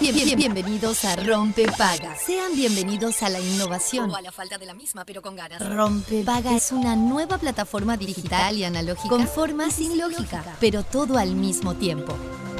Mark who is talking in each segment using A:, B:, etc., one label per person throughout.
A: Bien- bien- bienvenidos a Rompe Paga. Sean bienvenidos a la innovación.
B: a la falta de la misma, pero con ganas.
A: Rompe Paga es una nueva plataforma digital y analógica con forma sin lógica, pero todo al mismo tiempo.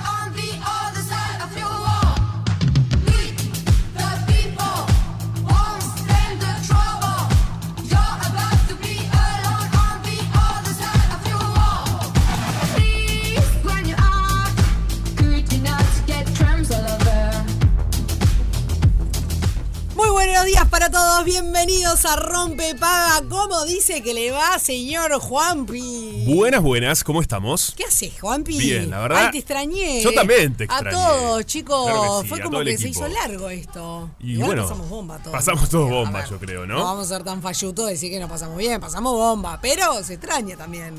C: on the other side of your wall. We, the people, won't stand the trouble. You're about to be alone on the other side of your wall. Please, when you are, could you not get crumbs all over?
D: Muy buenos días para todos, bienvenidos a Rompe Paga. ¿Cómo dice que le va, señor Juanpi?
E: Buenas, buenas, ¿cómo estamos?
D: ¿Qué haces, Juanpi?
E: Bien, la verdad.
D: Ay, te extrañé.
E: Yo también te
D: A
E: extrañé.
D: todos, chicos.
E: Claro que sí,
D: Fue
E: a
D: como
E: todo
D: que
E: el
D: se
E: equipo.
D: hizo largo esto.
E: Y
D: Igual
E: bueno,
D: pasamos bomba todos.
E: pasamos todos
D: A
E: bomba,
D: ver,
E: yo creo, ¿no?
D: No vamos a ser tan fallutos de decir que nos pasamos bien, pasamos bomba, pero se extraña también.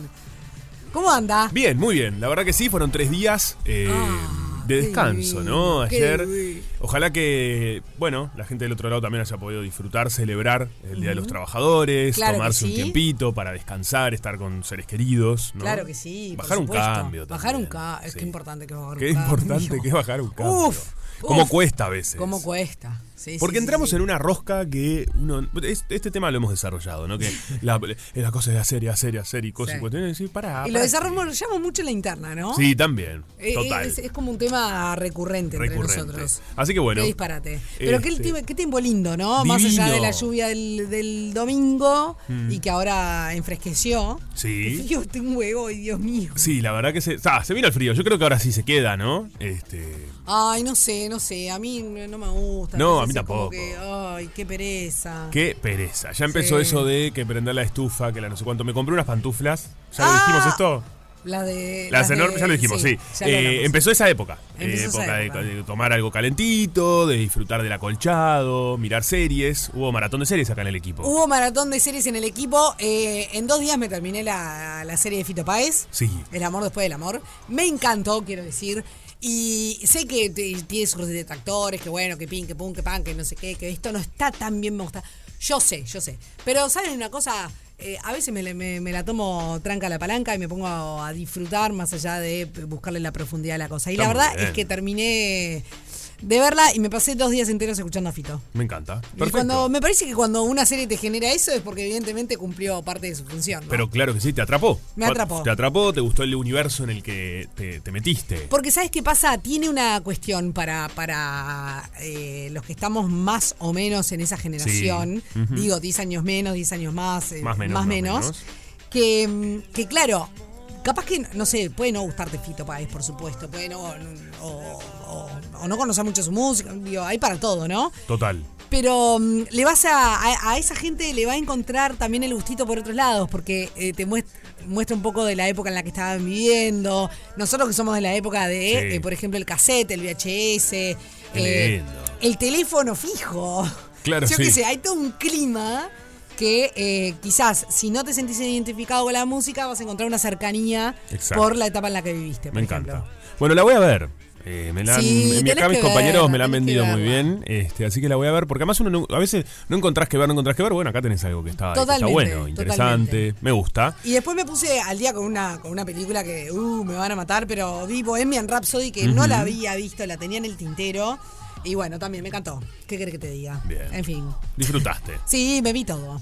D: ¿Cómo anda?
E: Bien, muy bien. La verdad que sí, fueron tres días eh,
D: Ah,
E: de
D: qué
E: descanso, ¿no?
D: divino, qué
E: Ayer.
D: divino.
E: Ojalá que, bueno, la gente del otro lado también haya podido disfrutar, celebrar el Día de los Trabajadores,
D: Claro que
E: tomarse
D: sí.
E: un tiempito para descansar, estar con seres queridos, ¿no?
D: Claro que sí. por
E: Bajar un
D: supuesto.
E: cambio también.
D: Bajar un cambio. Es
E: Sí.
D: que importante que bajar un
E: Qué
D: cambio.
E: importante que es bajar un cambio.
D: Uf,
E: ¿Cómo
D: uf.
E: cuesta a veces?
D: ¿Cómo cuesta? Sí,
E: Porque
D: sí, sí,
E: entramos
D: sí.
E: en una rosca que uno. es- Este tema lo hemos desarrollado, ¿no? Que la, es la cosa de hacer y hacer y hacer y cosas
D: Sí.
E: y cuestiones. Y decir, pará.
D: Y lo
E: pará.
D: desarrollamos mucho en la interna, ¿no?
E: Sí, también.
D: Eh, eh,
E: Total.
D: Es, es como un tema recurrente,
E: recurrente.
D: entre nosotros.
E: Así que bueno.
D: Qué disparate. Pero qué,
E: este,
D: tiempo- qué tiempo lindo, ¿no? Más
E: Divino. Mm.
D: allá de la lluvia del, del domingo y que ahora enfresqueció.
E: Sí.
D: Yo tengo un huevo, ay, Dios mío.
E: Sí, la verdad que se. ah, se vino el frío. Yo creo que ahora sí se queda, ¿no? Este.
D: Ay, no sé, no sé. A mí no no me gusta.
E: No, a mí
D: veces es
E: tampoco.
D: como que, ay, qué pereza.
E: Qué pereza. Ya empezó
D: Sí.
E: eso de que prender la estufa, que la no sé cuánto. Me compré unas pantuflas. ¿Ya lo
D: Ah,
E: dijimos esto?
D: La de.
E: Las
D: de-
E: enormes, ya lo dijimos, sí.
D: ya lo
E: Eh,
D: hablamos.
E: empezó esa época. eh,
D: Empezó esa
E: época de-
D: época.
E: De, tomar algo calentito, de disfrutar del acolchado, mirar series. Hubo maratón de series acá en el equipo.
D: Hubo maratón de series en el equipo. eh, en dos días me terminé la, la serie de Fito Páez.
E: Sí.
D: El amor después del amor. Me encantó, quiero decir. Y sé que te- tiene sus detractores, que bueno, que pin, que pum, que pan, que no sé qué, que esto no está tan bien, me gusta. Yo sé, yo sé. Pero, ¿saben una cosa? Eh, a veces me, le- me- me la tomo tranca la palanca y me pongo a, a disfrutar más allá de buscarle la profundidad a la cosa. Y
E: Está
D: la
E: muy
D: verdad
E: bien.
D: es que terminé de verla y me pasé dos días enteros escuchando a Fito.
E: Me encanta.
D: Y
E: Perfecto.
D: cuando me parece que cuando una serie te genera eso es porque evidentemente cumplió parte de su función. ¿no?
E: Pero claro que sí, te atrapó.
D: Me atrapó.
E: Te atrapó, te gustó el universo en el que te, te metiste.
D: porque sabes qué pasa, tiene una cuestión para, para eh, los que estamos más o menos en esa generación,
E: Sí. Ujú.
D: digo 10 años menos, 10 años más, eh,
E: Más menos, más menos.
D: que, mm, que claro, capaz que, no sé, puede no gustarte Fito Páez, por supuesto, puede no, o, o- o no conocer mucho su música, digo, hay para todo, ¿no?
E: Total.
D: Pero mm, le vas a, a, a esa gente le va a encontrar también el gustito por otros lados, porque eh, te muest- muestra un poco de la época en la que estaban viviendo. Nosotros que somos de la época de,
E: Sí.
D: eh, por ejemplo, el cassette, el VHS, eh,
E: lindo.
D: el teléfono fijo.
E: Claro,
D: Yo qué
E: sí.
D: sé, hay todo un clima que eh, quizás si no te sentís identificado con la música vas a encontrar una cercanía
E: Exacto.
D: por la etapa en la que viviste.
E: Me
D: por
E: encanta.
D: ejemplo.
E: Bueno, la voy a ver. Eh, me la han-
D: Sí,
E: mi- acá
D: tenés
E: mis
D: que
E: compañeros
D: verla,
E: me la han
D: tenés que
E: vendido muy
D: verla.
E: bien, este, así que la voy a ver, porque además uno no- a veces no encontrás que ver, no encontrás que ver, bueno, acá tenés algo que está, que está
D: Totalmente,
E: bueno, interesante,
D: totalmente.
E: me gusta.
D: Y después me puse al día con una, con una película que, uh, me van a matar, pero vi Bohemian Rhapsody, que no la había visto, la tenía en el tintero. Y bueno, también me encantó. ¿Qué querés que te diga?
E: Bien.
D: En fin.
E: Disfrutaste.
D: Sí, me vi todo.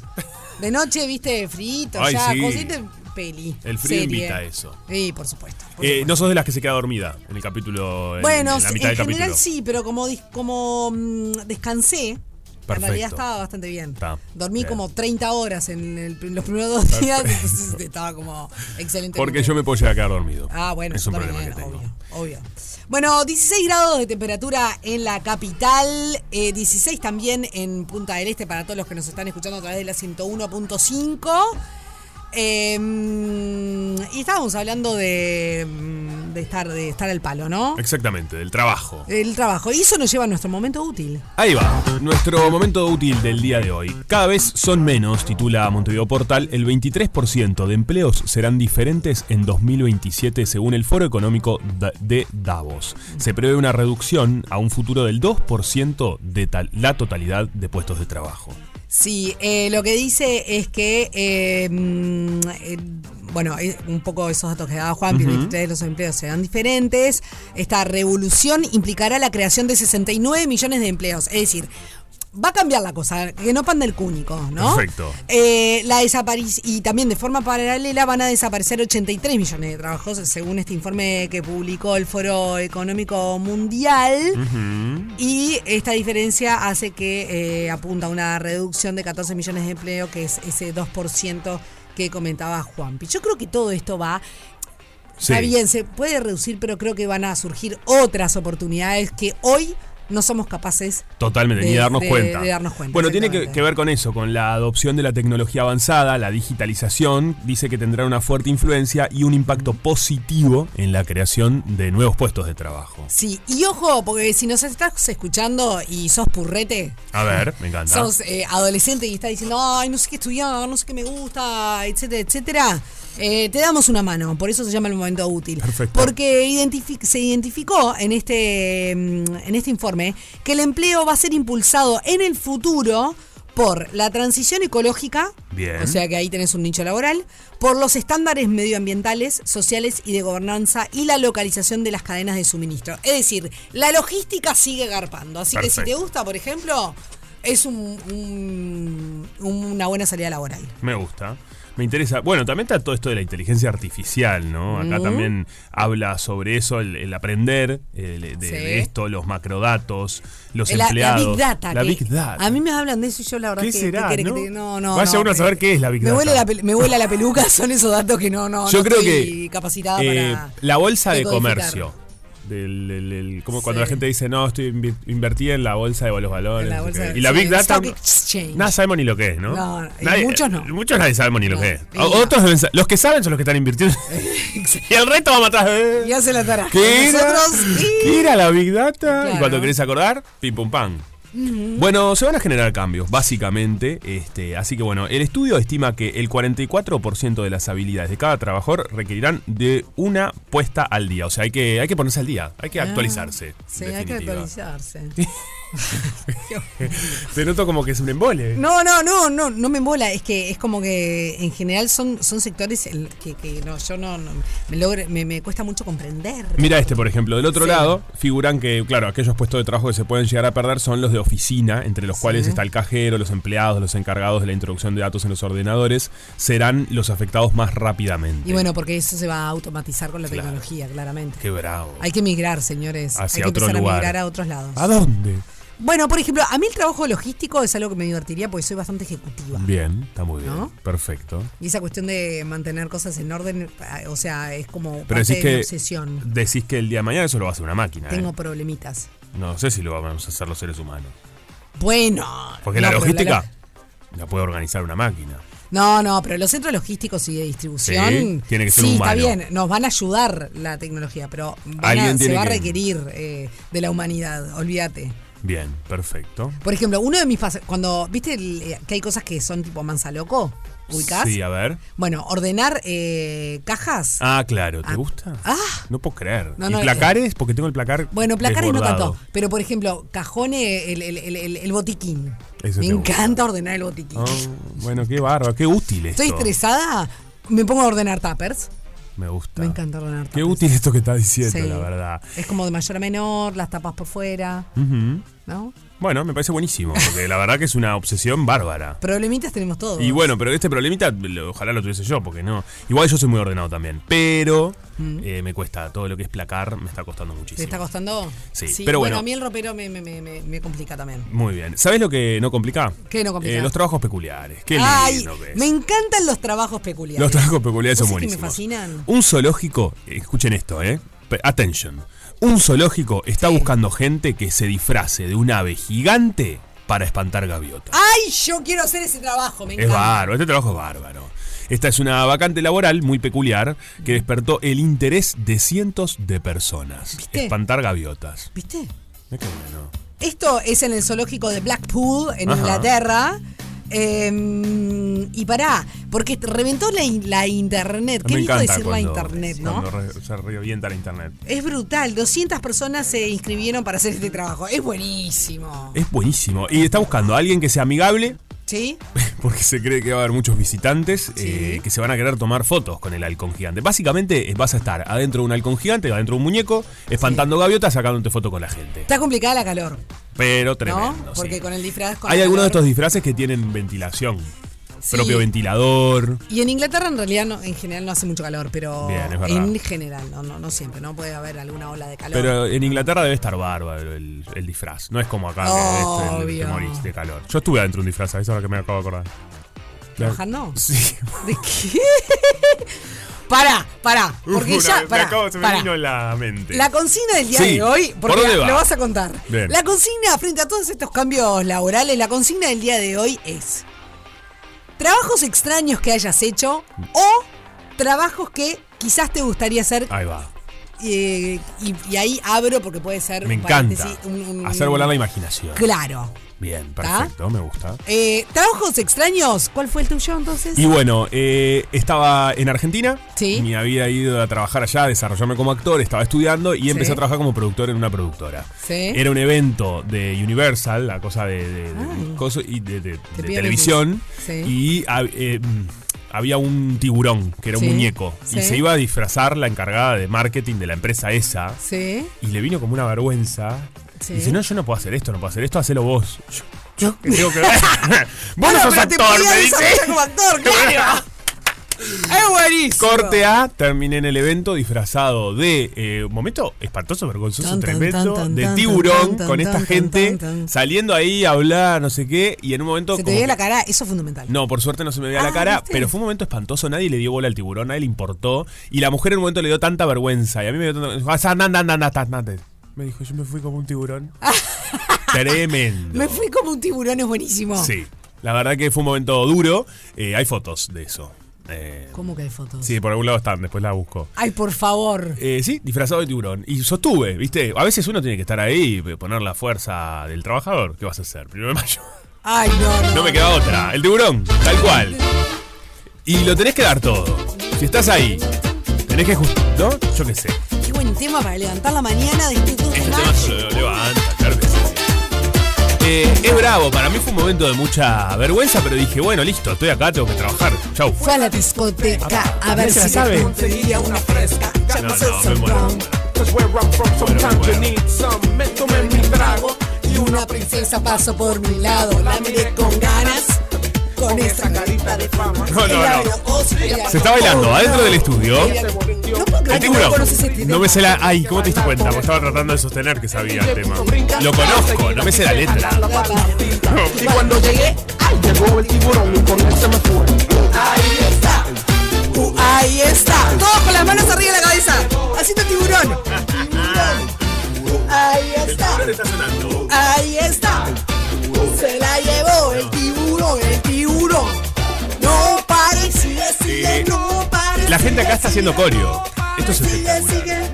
D: De noche, viste, frito,
E: Ay,
D: ya,
E: sí.
D: cosita, peli.
E: El frío
D: serie.
E: invita a eso.
D: Sí, por supuesto. por
E: Eh,
D: supuesto.
E: no sos de las que se queda dormida en el capítulo. en-
D: bueno,
E: en la
D: sí,
E: mitad
D: en
E: del
D: general
E: capítulo.
D: sí, pero como, dis- como mm, descansé,
E: Perfecto.
D: En realidad estaba bastante bien.
E: Está,
D: Dormí
E: bien.
D: como 30 horas en el- los primeros dos días, entonces estaba como excelente.
E: Porque yo me puedo llegar a quedar dormido.
D: Ah, bueno,
E: Es
D: yo
E: un problema que
D: también,
E: tengo.
D: Obvio, obvio. Bueno, 16 grados de temperatura en la capital, eh, 16 también en Punta del Este para todos los que nos están escuchando a través de la 101.5. Eh, y estábamos hablando de, mm, de estar, de estar al palo, ¿no?
E: Exactamente, del trabajo.
D: El trabajo. Y eso nos lleva a nuestro momento útil.
E: Ahí va, nuestro momento útil del día de hoy. Cada vez son menos, titula Montevideo Portal, el 23% de empleos serán diferentes en 2027 según el Foro Económico da- de Davos. Se prevé una reducción a un futuro del 2% de tal- la totalidad de puestos de trabajo.
D: Sí, eh, lo que dice es que, eh, mm, eh, bueno, eh, un poco esos datos que daba Juan, que el 23 de los empleos serán diferentes. Esta revolución implicará la creación de 69 millones de empleos. Es decir, va a cambiar la cosa, que no panda el cúnico, ¿no?
E: Perfecto.
D: Eh, la desaparic- y también de forma paralela van a desaparecer 83 millones de trabajos, según este informe que publicó el Foro Económico Mundial. Y esta diferencia hace que eh, apunta a una reducción de 14 millones de empleo, que es ese 2% que comentaba Juanpi. Yo creo que todo esto va Está bien, se puede reducir, pero creo que van a surgir otras oportunidades que hoy no somos capaces.
E: Totalmente,
D: de-
E: ni darnos
D: de-
E: cuenta.
D: de darnos cuenta,
E: Bueno, tiene que,
D: exactamente.
E: que ver con eso, con la adopción de la tecnología avanzada, la digitalización, dice que tendrá una fuerte influencia y un impacto
D: Mm.
E: positivo en la creación de nuevos puestos de trabajo.
D: Sí, y ojo, porque si nos estás escuchando y sos purrete,
E: A ver, me encanta.
D: sos eh, adolescente y estás diciendo, ay, no sé qué estudiar, no sé qué me gusta, etcétera, etcétera, eh, te damos una mano. Por eso se llama el momento útil.
E: Perfecto.
D: Porque identifi- se identificó en este, mm, en este informe que el empleo va a ser impulsado en el futuro por la transición ecológica,
E: Bien.
D: o sea que ahí tenés un nicho laboral, por los estándares medioambientales, sociales y de gobernanza y la localización de las cadenas de suministro. Es decir, la logística sigue garpando, así que si te
E: Perfecto.
D: gusta, por ejemplo, es un- un- una buena salida laboral.
E: Me gusta. Me interesa. Bueno, también está todo esto de la inteligencia artificial, ¿no?
D: Mm.
E: Acá también habla sobre eso, el, el aprender el- de,
D: Sí.
E: de esto, los macrodatos, los
D: la, la
E: empleados.
D: Big Data.
E: La
D: que
E: Big Data.
D: A mí me hablan de eso y yo la verdad
E: ¿Qué
D: que,
E: será,
D: que quiere
E: no?
D: que te- no, no,
E: Vaya
D: no,
E: uno a
D: me-
E: saber qué es la Big
D: me
E: Data.
D: Huele la, pel- me huele la peluca, son esos datos que no, no,
E: Yo
D: no
E: creo
D: estoy
E: que
D: capacitada
E: eh,
D: para
E: la bolsa de
D: decodificar.
E: comercio. Del, del- del- como cuando
D: Sí.
E: la gente dice, no, estoy invi- invertí en la bolsa de los valores.
D: En la
E: no sé
D: bolsa
E: qué".
D: de-
E: y la
D: sí,
E: Big
D: el
E: Data.
D: Stock Exchange.
E: Nada sabemos ni lo que es, ¿no?
D: No, y muchos no.
E: Muchos nadie sabemos ni lo
D: No,
E: que es.
D: y
E: O-
D: no.
E: Otros deben sa- Los que saben son los que están invirtiendo. y el resto vamos atrás. eh.
D: Y hace la tara.
E: ¿Qué era?
D: Nosotros y-
E: ¿Qué era la Big Data?
D: Claro.
E: Y cuando querés acordar, pim pum pam. Bueno, se van a generar cambios, básicamente. Este, así que bueno, el estudio estima que el 44% de las habilidades de cada trabajador requerirán de una puesta al día. O sea, hay que, hay que ponerse al día, hay que actualizarse.
D: Ah, Sí,
E: en
D: hay que
E: definitiva.
D: actualizarse.
E: Te noto como que es un embole.
D: No, no, no, no, no me embola. Es que es como que en general son, son sectores el- que, que no, yo no, no- me, logro- me, me cuesta mucho comprender.
E: Mira este, por ejemplo. Del otro
D: Sí.
E: lado, figuran que, claro, aquellos puestos de trabajo que se pueden llegar a perder son los de oficina, entre los cuales está el cajero, los empleados, los encargados de la introducción de datos en los ordenadores, serán los afectados más rápidamente.
D: Y bueno, porque eso se va a automatizar con la
E: Claro.
D: tecnología, claramente.
E: Qué bravo.
D: Hay que migrar, señores.
E: Hacia
D: Hay que
E: otro
D: empezar
E: lugar.
D: a migrar a otros lados.
E: ¿A dónde?
D: Bueno, por ejemplo, a mí el trabajo logístico es algo que me divertiría porque soy bastante ejecutiva.
E: Bien, está muy bien.
D: ¿No?
E: Perfecto.
D: Y esa cuestión de mantener cosas en orden, eh, o sea, es como
E: Pero
D: parte
E: decís
D: de
E: que,
D: mi obsesión.
E: decís que el día de mañana eso lo va a hacer una máquina. ¿eh?
D: Tengo problemitas.
E: No sé si lo vamos a hacer los seres humanos.
D: Bueno.
E: Porque la
D: no, pero
E: logística la puede organizar una máquina.
D: No, no, pero los centros logísticos y de distribución.
E: Sí, tiene que ser
D: sí,
E: humano.
D: está bien, nos van a ayudar la tecnología, pero van a-
E: Alguien
D: se
E: tiene
D: va a
E: que-
D: requerir eh, de la humanidad, olvídate.
E: Bien, perfecto.
D: Por ejemplo, uno de mis pas- cuando viste el, eh, que hay cosas que son tipo mansa loco, ubicás.
E: Sí, a ver.
D: Bueno, ordenar eh, cajas.
E: Ah, claro, ¿te
D: Ah.
E: gusta?
D: Ah.
E: No puedo creer.
D: No,
E: ¿Y
D: no,
E: placares? Porque tengo el placar.
D: Bueno, placares no
E: desbordado.
D: tanto, pero por ejemplo, cajones, el, el- el- el- el botiquín.
E: Eso
D: Me
E: te gusta.
D: encanta ordenar el botiquín.
E: Ah, bueno, qué bárbaro, qué útil esto.
D: Estoy estresada, me pongo a ordenar tuppers.
E: Me gusta.
D: Me encanta ordenar tuppers.
E: Qué útil esto que estás diciendo,
D: Sí.
E: la verdad.
D: Es como de mayor a menor, las tapas por fuera.
E: Ujú.
D: ¿no?
E: Bueno, me parece buenísimo, porque la verdad que es una obsesión bárbara.
D: Problemitas tenemos todos.
E: Y bueno, pero este problemita, lo- ojalá lo tuviese yo, porque no. Igual yo soy muy ordenado también, pero eh, me cuesta. Todo lo que es placar me está costando muchísimo.
D: ¿Te Mm. está costando?
E: Sí, pero bueno.
D: A mí el ropero me, me- me- me- me complica también.
E: Muy bien. ¿Sabes lo que no complica?
D: ¿Qué no complica?
E: Eh, los trabajos peculiares. Qué lindo
D: Ay,
E: que es.
D: me encantan los trabajos peculiares.
E: Los trabajos peculiares son
D: Cosas que me
E: buenísimos.
D: fascinan.
E: Un zoológico, escuchen esto, ¿eh? Pe- Attention. Un zoológico está buscando gente que se disfrace de un ave gigante para espantar gaviotas.
D: Ay, yo quiero hacer ese trabajo, me
E: Es
D: encanta.
E: bárbaro, este trabajo es bárbaro. Esta es una vacante laboral muy peculiar que despertó el interés de cientos de personas.
D: ¿Viste?
E: Espantar gaviotas.
D: ¿Viste?
E: Mirá qué bueno.
D: Esto es en el zoológico de Blackpool, en
E: Ajá.
D: Inglaterra. Eh, y pará, porque reventó la, in- la internet. Qué
E: Me
D: lindo
E: encanta
D: decir la
E: cuando-
D: internet, ¿no?
E: Cuando re- se revienta la internet.
D: Es brutal, 200 personas se inscribieron para hacer este trabajo. Es buenísimo.
E: Es buenísimo. Y está buscando a alguien que sea amigable,
D: ¿Sí?
E: porque se cree que va a haber muchos visitantes eh, que se van a querer tomar fotos con el halcón gigante. Básicamente eh, vas a estar adentro de un halcón gigante, adentro de un muñeco, espantando gaviotas, sacándote foto con la gente.
D: Está complicada la calor,
E: Pero
D: ¿no?
E: tremendo. sí.
D: Porque con el disfraz. con
E: Hay
D: la
E: algunos de
D: calor-
E: estos disfraces que tienen ventilación.
D: Sí.
E: Propio ventilador.
D: Y en Inglaterra en realidad no- en general no hace mucho calor, pero
E: Bien, es verdad.
D: en general, no, no, no siempre, no puede haber alguna ola de calor.
E: Pero en Inglaterra debe estar bárbaro el, el disfraz. No es como acá que este, te
D: Obvio.
E: morís de calor. Yo estuve adentro de un disfraz, ¿sabes ahora que me acabo de acordar?
D: ¿Trabajando?
E: Sí.
D: Ah, ¿De qué? pará, pará. Porque
E: Una vez
D: ya.
E: me
D: Pará,
E: acabo- se me
D: pará.
E: vino la mente.
D: La consigna del día
E: Este. Sí,
D: de hoy,
E: ¿por
D: porque
E: dónde
D: la-
E: va?
D: lo vas a contar.
E: Bien.
D: La consigna frente a todos estos cambios laborales, la consigna del día de hoy es trabajos extraños que hayas hecho o trabajos que quizás te gustaría hacer
E: Ahí va.
D: eh, y, y ahí abro porque puede ser
E: Me
D: un
E: encanta.
D: paréntesis, un- un-
E: Hacer volar la imaginación.
D: Claro.
E: Bien, perfecto, me gusta.
D: Eh, trabajos extraños, ¿cuál fue el tuyo entonces?
E: Y bueno, eh, estaba en Argentina.
D: Sí.
E: Me había ido a trabajar allá, a desarrollarme como actor, estaba estudiando y empecé a trabajar como productor en una productora.
D: Sí.
E: Era un evento de Universal, la cosa de, de- de- coso- y de- de- de
D: piden
E: televisión.
D: luz. Sí.
E: Y ah, eh, mm, había un tiburón, que era un
D: Sí.
E: muñeco.
D: Sí.
E: Y se iba a disfrazar la encargada de marketing de la empresa esa.
D: Sí.
E: Y le vino como una vergüenza.
D: Sí.
E: Y dice, no, yo no puedo hacer esto, no puedo hacer esto, hacelo vos. Yo, yo que tengo que ver. vos no
D: Bueno,
E: sos
D: Ah, pero te
E: actor,
D: podía
E: me
D: desarrollar
E: dice.
D: como actor, claro. es buenísimo.
E: Corte A, terminé en el evento disfrazado de eh, un momento espantoso, vergonzoso,
D: Tan, tan,
E: tremendo,
D: tan, tan,
E: de
D: tan,
E: tiburón
D: tan, tan,
E: con esta
D: tan, tan,
E: gente
D: tan, tan.
E: saliendo ahí a hablar, no sé qué, y en un momento
D: Se te
E: como
D: veía
E: que-
D: la cara, eso es fundamental.
E: No, por suerte no se me veía
D: Ah,
E: la cara,
D: ¿viste?
E: pero fue un momento espantoso, nadie le dio bola al tiburón, nadie le importó, y la mujer en un momento le dio tanta vergüenza, y a mí me dio tanta vergüenza, "Anda, anda, anda, anda, anda, anda". me dijo, yo me fui como un tiburón. Tremendo.
D: Ah, Me fui como un tiburón, es buenísimo.
E: Sí, la verdad que fue un momento duro, Eh, hay fotos de eso. Eh,
D: ¿Cómo que hay fotos?
E: sí, por algún lado están, después la busco.
D: Ay, por favor.
E: Eh, sí, disfrazado de tiburón. Y sostuve, ¿viste? A veces uno tiene que estar ahí y poner la fuerza del trabajador. ¿Qué vas a hacer? Primero de mayo.
D: Ay, no, no.
E: No me queda otra. El tiburón, tal cual. Y lo tenés que dar todo. Si estás ahí, tenés que justo, ¿no? Yo qué sé.
D: Qué buen tema para levantar la mañana de este dos de
E: Este tema
D: mayo.
E: se lo levanta, claro que sí. Eh, es bravo, para mí fue un momento de mucha vergüenza, pero dije, bueno, listo, estoy acá, tengo que trabajar. Chau.
D: Fue a la discoteca a ver
E: se Ah, la
D: si
E: sabe?
D: te conseguía una fresca. Ya
E: No,
D: no, sé
E: no, me
D: son
E: muero, me
D: ron.
E: muero.
F: Cause where I'm from, sometimes you need some. Me tomé mi trago
D: Y una princesa pasó por mi lado, la miré con ganas, con esa carita de fama.
E: No, no,
D: Ella
E: no.
D: era voz, ella
E: Se está bailando adentro del estudio.
D: No puedo creer
E: El
D: que no
E: tiburón.
D: conoces este
E: No
D: tema.
E: me sé la. Ay, ¿cómo te diste cuenta? Porque estaba tratando de sostener que sabía el tema. Lo conozco, no me sé la letra.
F: Y cuando llegué, ay, llegó el tiburón y con él se me fue.
D: Ahí está. Uh, ahí está. Todos con las manos arriba de la cabeza. Haciendo tiburón. Tiburón. Uh, ahí está. Ahí está. Se la llevó el tiburón, el tiburón. No parecía sigue, no parecía.
E: La gente acá está haciendo coreo. Esto es este- espectacular.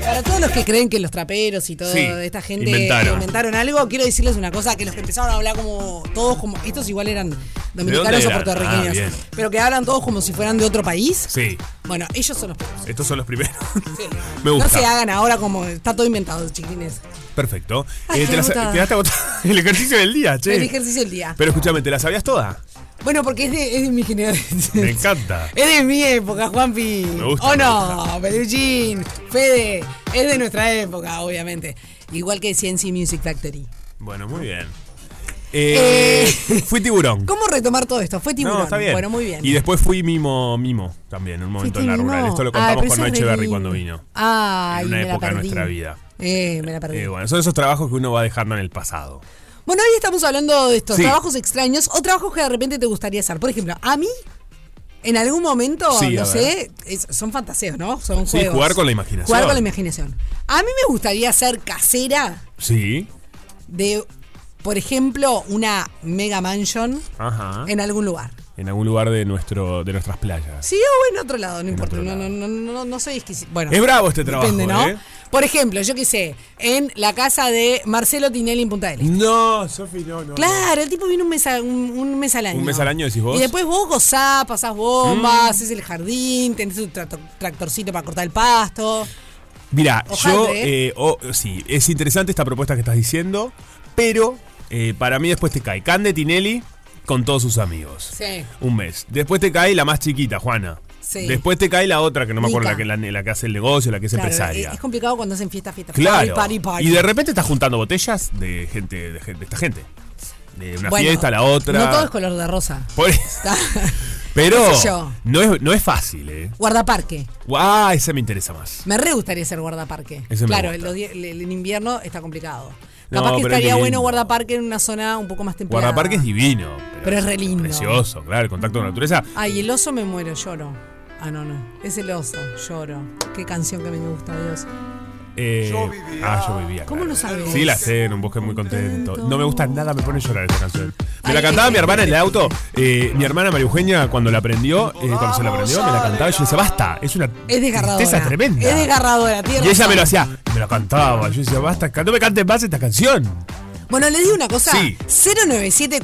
D: Para todos los que creen que los traperos y toda
E: Sí,
D: esta gente
E: inventaron.
D: inventaron algo, quiero decirles una cosa, que los que empezaron a hablar como todos como. Estos igual eran dominicanos o
E: eran? Ah,
D: puertorriqueños.
E: bien.
D: pero que hablan todos como si fueran de otro país.
E: Sí,
D: Bueno, ellos son los peores.
E: estos son los primeros. Me
D: No se
E: gusta.
D: hagan ahora como está todo inventado, chiquines.
E: Perfecto.
D: Ay,
E: Eh,
D: qué
E: te la sa-
D: agotada.
E: quedaste agotada. El ejercicio del día,
D: El
E: che.
D: ejercicio del día.
E: Ah, Pero escúchame, ¿te la sabías toda?
D: Bueno, porque es de, es de mi generación.
E: Me encanta.
D: Es de mi época, Juanpi.
E: gusta,
D: ¿O
E: me
D: no? Peluchín, Fede, Es de nuestra época, obviamente. Igual que CNC Music Factory.
E: Bueno, muy bien. Eh, fui tiburón.
D: ¿Cómo retomar todo esto? Fue tiburón.
E: No, está bien.
D: Bueno, muy bien.
E: Y después fui mimo, mimo también, en un momento en la
D: Fuiste
E: rural.
D: mimo.
E: Esto lo
D: Ay, Ah, pero
E: contamos
D: eso
E: con
D: es
E: Echeverry
D: revivo.
E: cuando vino.
D: Ay,
E: en una
D: me la
E: época de
D: perdí.
E: nuestra vida.
D: Eh, me la perdí.
E: Eh,
D: bueno.
E: bueno, son esos trabajos que uno va dejando en el pasado.
D: hoy estamos hablando de estos
E: Sí.
D: trabajos extraños o trabajos que de repente te gustaría hacer. Por ejemplo, a mí, en algún momento,
E: Sí, a ver.
D: no sé, es- son fantaseos, ¿no? Son
E: Sí,
D: juegos.
E: jugar con la imaginación.
D: Jugar con la imaginación. A mí me gustaría ser casera
E: Sí.
D: de, por ejemplo, una mega mansion
E: Ajá. En,
D: en algún luar.
E: algún lugar de nuestro de nuestras playas.
D: Sí, o en otro lado, no importa.
E: otro
D: No,
E: lado.
D: no, no, no, no soy exquisito. Bueno,
E: Es bravo este trabajo,
D: depende, ¿no?
E: ¿eh?
D: Por ejemplo, yo qué sé, en la casa de Marcelo Tinelli en Punta del Este.
E: No, Sofi, no, no.
D: Claro, el tipo viene un mes, a- un, un mes al año.
E: ¿Un mes al año decís vos? Mm.
D: Y después vos gozás, pasás bombas, haces el jardín, tenés tu trato- tractorcito para cortar el pasto.
E: Mira,
D: Ojalá,
E: yo,
D: ¿eh?
E: eh, oh, sí, es interesante esta propuesta que estás diciendo, pero eh, para mí después te cae Cande Tinelli con todos sus amigos.
D: Sí.
E: Un mes. Después te cae la más chiquita, Juana.
D: Sí.
E: Después te cae la otra, que no me acuerdo,
D: Mica.
E: la que, la, la que hace el negocio, la que es
D: Claro,
E: empresaria.
D: es, es complicado cuando hacen fiesta, fiesta.
E: claro.
D: Party, party, party.
E: Y de repente estás juntando botellas de gente, de, gente- de esta gente. De una
D: Bueno,
E: fiesta a la otra.
D: No todo es color de rosa.
E: Por eso. Pero
D: qué sé yo.
E: no es, no es fácil, ¿eh?
D: Guardaparque.
E: ¡Guau! Ese me interesa más.
D: Me re gustaría ser guardaparque.
E: Ese me
D: claro,
E: gusta.
D: el, los die- el- el invierno está complicado.
E: No,
D: Capaz que
E: pero es
D: estaría
E: lindo.
D: bueno guardaparque en una zona un poco más templada.
E: Guardaparque es divino.
D: Pero es re lindo.
E: Precioso, claro, el contacto con la naturaleza.
D: Ay, el oso me muero, lloro. Ah, no, no. Es el oso, lloro. Qué canción que a mí me gusta, Dios.
E: Eh, Ah, yo vivía.
D: ¿Cómo
E: claro.
D: lo sabés?
E: Sí, la sé, en un bosque muy contento. No me gusta nada, me pone a llorar esa canción. Me la
D: Ay,
E: cantaba
D: qué
E: mi hermana en el auto. eh, mi hermana María Eugenia, cuando la aprendió, eh, cuando se la aprendió, me la cantaba y yo decía, basta, es una
D: Es desgarradora.
E: tristeza tremenda.
D: Es desgarradora, tierra.
E: Y ella me lo hacía, me la cantaba. Yo decía, basta, ca- no me cantes más esta canción.
D: Bueno, le digo una cosa.
E: Sí.
D: 097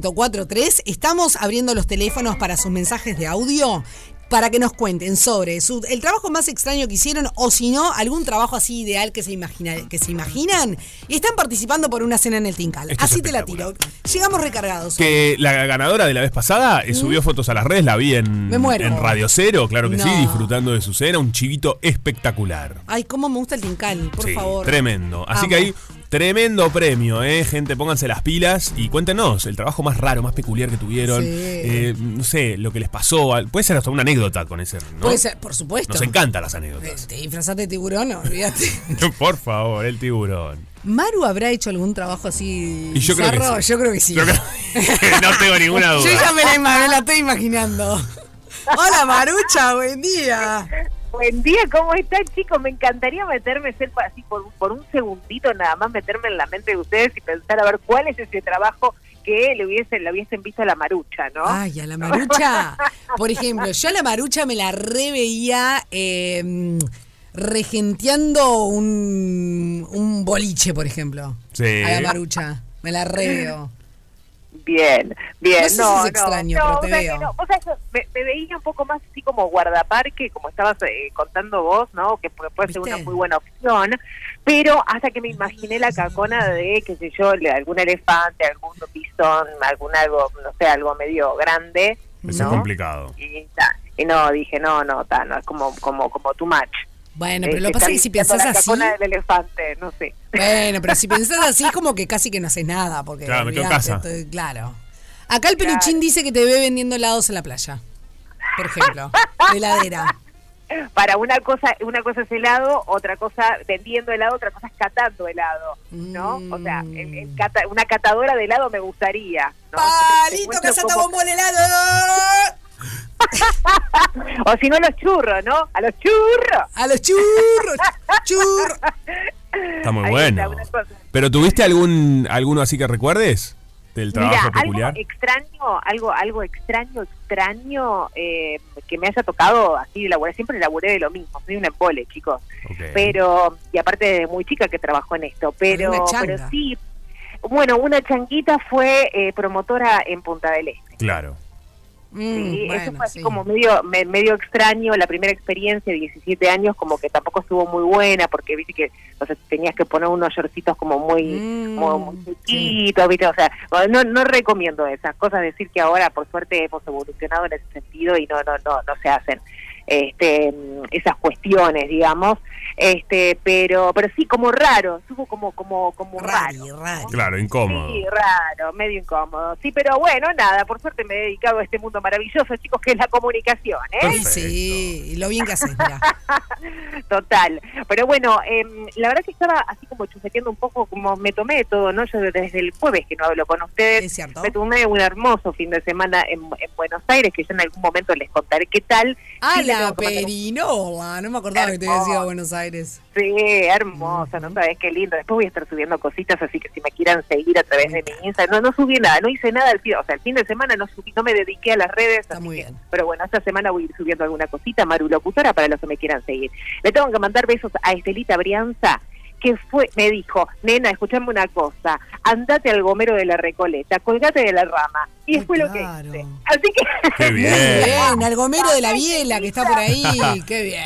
D: 097441043. Estamos abriendo los teléfonos para sus mensajes de audio para que nos cuenten sobre su- el trabajo más extraño que hicieron o si no, algún trabajo así ideal que se, imagina, que se imaginan. Y están participando por una cena en el Tincal.
E: Esto es
D: así te la tiro. Llegamos recargados.
E: Que la ganadora de la vez pasada eh, subió fotos a las redes, la vi en,
D: Mm. Me muero.
E: en Radio Cero, claro que sí,
D: No.
E: disfrutando de su cena, un chivito espectacular.
D: Ay, cómo me gusta el Tincal, por
E: Sí,
D: favor.
E: Tremendo. Así
D: Amo.
E: que hay tremendo premio, ¿eh? Gente, pónganse las pilas y cuéntenos el trabajo más raro, más peculiar que tuvieron.
D: Sí.
E: Eh, no sé, lo que les pasó. al- Puede ser hasta una anécdota con ese, ¿no?
D: Puede ser, por supuesto.
E: Nos encantan las
D: Eh,
E: anécdotas.
D: Te disfrazaste de tiburón, no, olvídate.
E: Por favor, el tiburón.
D: ¿Maru habrá hecho algún trabajo así
E: Y yo creo que
D: bizarro?
E: sí.
D: Yo creo que sí.
E: Yo creo- no tengo ninguna
D: Yo ya
E: duda.
D: me la, ima- me la estoy imaginando. Hola Marucha, buen día.
G: Buen día, ¿cómo están chicos? Me encantaría meterme ser pa- así por, un- por un segundito nada más, meterme en la mente de ustedes y pensar a ver cuál es ese trabajo que le hubiesen, le hubiesen visto a la marucha, ¿no?
D: Ay, a la Marucha. Por ejemplo, yo a la Marucha me la reveía eh, regenteando un, un boliche, por ejemplo.
E: Sí.
D: A la Marucha. Me la reveo.
G: Bien, bien,
D: No sé si
G: no,
D: es extraño, pero te
G: o sea que
D: veo.
G: no. Vos sabés, me, me veía un poco más así como guardaparque, como estabas eh, contando vos, ¿no? Que pu- puede ser
D: ¿Viste?
G: una muy buena opción, pero hasta que me imaginé la cacona de, qué sé yo, le- algún elefante, algún pisón, algún algo, no sé, algo medio grande,
E: Eso es
G: ¿no?
E: complicado.
G: y, ta, y no dije no no ta, no es como como como too much
D: Bueno,
G: Eh,
D: pero lo
G: que
D: que pasa es que si
G: están
D: pensás
G: la
D: así.
G: cacona del elefante no sé
D: Bueno, pero si pensás así, es como que casi que no haces nada. Porque,
E: Claro, me quedo en
D: olvidate,
E: casa.
D: estoy- claro. Acá el peluchín dice que te ve vendiendo helados en la playa. Por ejemplo, de heladera.
G: para una cosa una cosa es helado otra cosa vendiendo helado otra cosa es catando helado no o sea el-
D: Mm.
G: el cata- una catadora de helado me gustaría ¿no?
D: Ah. ¡Palito,
G: Te encuentro
D: casata,
G: como-
D: bombón, helado!
G: o si no los churros no a los churros
D: A los churros, churros.
E: Está muy
G: Ahí
E: bueno.
G: está, una cosa.
E: ¿Pero tuviste algún alguno así que recuerdes? Del trabajo
G: Mira,
E: peculiar.
G: algo extraño, algo, algo extraño, extraño eh, que me haya tocado así laburar. Siempre laburé de lo mismo, soy un embole, chicos.
E: Ok.
G: Pero, y aparte de muy chica que trabajó en esto, pero,
D: Alguna changa.
G: pero sí. Bueno, una changuita fue eh, promotora en Punta del Este.
E: Claro.
G: ¿sí?
D: Mm,
G: Eso
D: bueno,
G: fue así
D: sí.
G: como medio, me- medio extraño. La primera experiencia de 17 años, como que tampoco estuvo muy buena, porque viste que o sea, tenías que poner unos shortcitos como muy,
D: Mm,
G: como muy
D: sí.
G: chiquitos, ¿viste? O sea, no, no recomiendo esas cosas. Decir que ahora, por suerte, hemos evolucionado en ese sentido y no, no, no, no se hacen. este, esas cuestiones, digamos, este, pero, pero sí como raro, estuvo como, como, como raro.
D: Rari, rari.
E: Claro, incómodo.
G: Sí, raro, medio incómodo. Sí, pero bueno, nada, por suerte me he dedicado a este mundo maravilloso, chicos, que es la comunicación, ¿eh?
D: Y sí, y lo bien que haces, mirá.
G: Total. Pero bueno, em, la verdad que estaba así como chuseteando un poco, como me tomé de todo, ¿no? Yo desde el jueves que no hablo con ustedes.
D: Es cierto.
G: Me tomé un hermoso fin de semana en, en Buenos Aires, que yo en algún momento les contaré qué tal.
D: A
G: Sí, le
D: Ah, la
G: tengo que mandar un-
D: Perinola, no me acordaba que te
G: Hermoso.
D: decía Buenos Aires.
G: Sí, hermosa, ¿no sabes qué lindo? Después voy a estar subiendo cositas, así que si me quieran seguir a través de mi Instagram. No, no subí nada, no hice nada, el fin, o sea, el fin de semana no subí, no me dediqué a las redes.
D: Está
G: así
D: muy
G: que-
D: bien.
G: pero bueno, esta semana voy a ir subiendo alguna cosita, Maru Locutora, para los que me quieran seguir. Le tengo que mandar besos a Estelita Brianza, que fue, me dijo, nena, escuchame una cosa, andate al gomero de la Recoleta, colgate de la rama. Y
D: Ay,
G: fue lo
D: claro.
G: que hice. Así que...
E: Qué bien.
D: Muy bien, al gomero de la biela que está por ahí. Qué bien.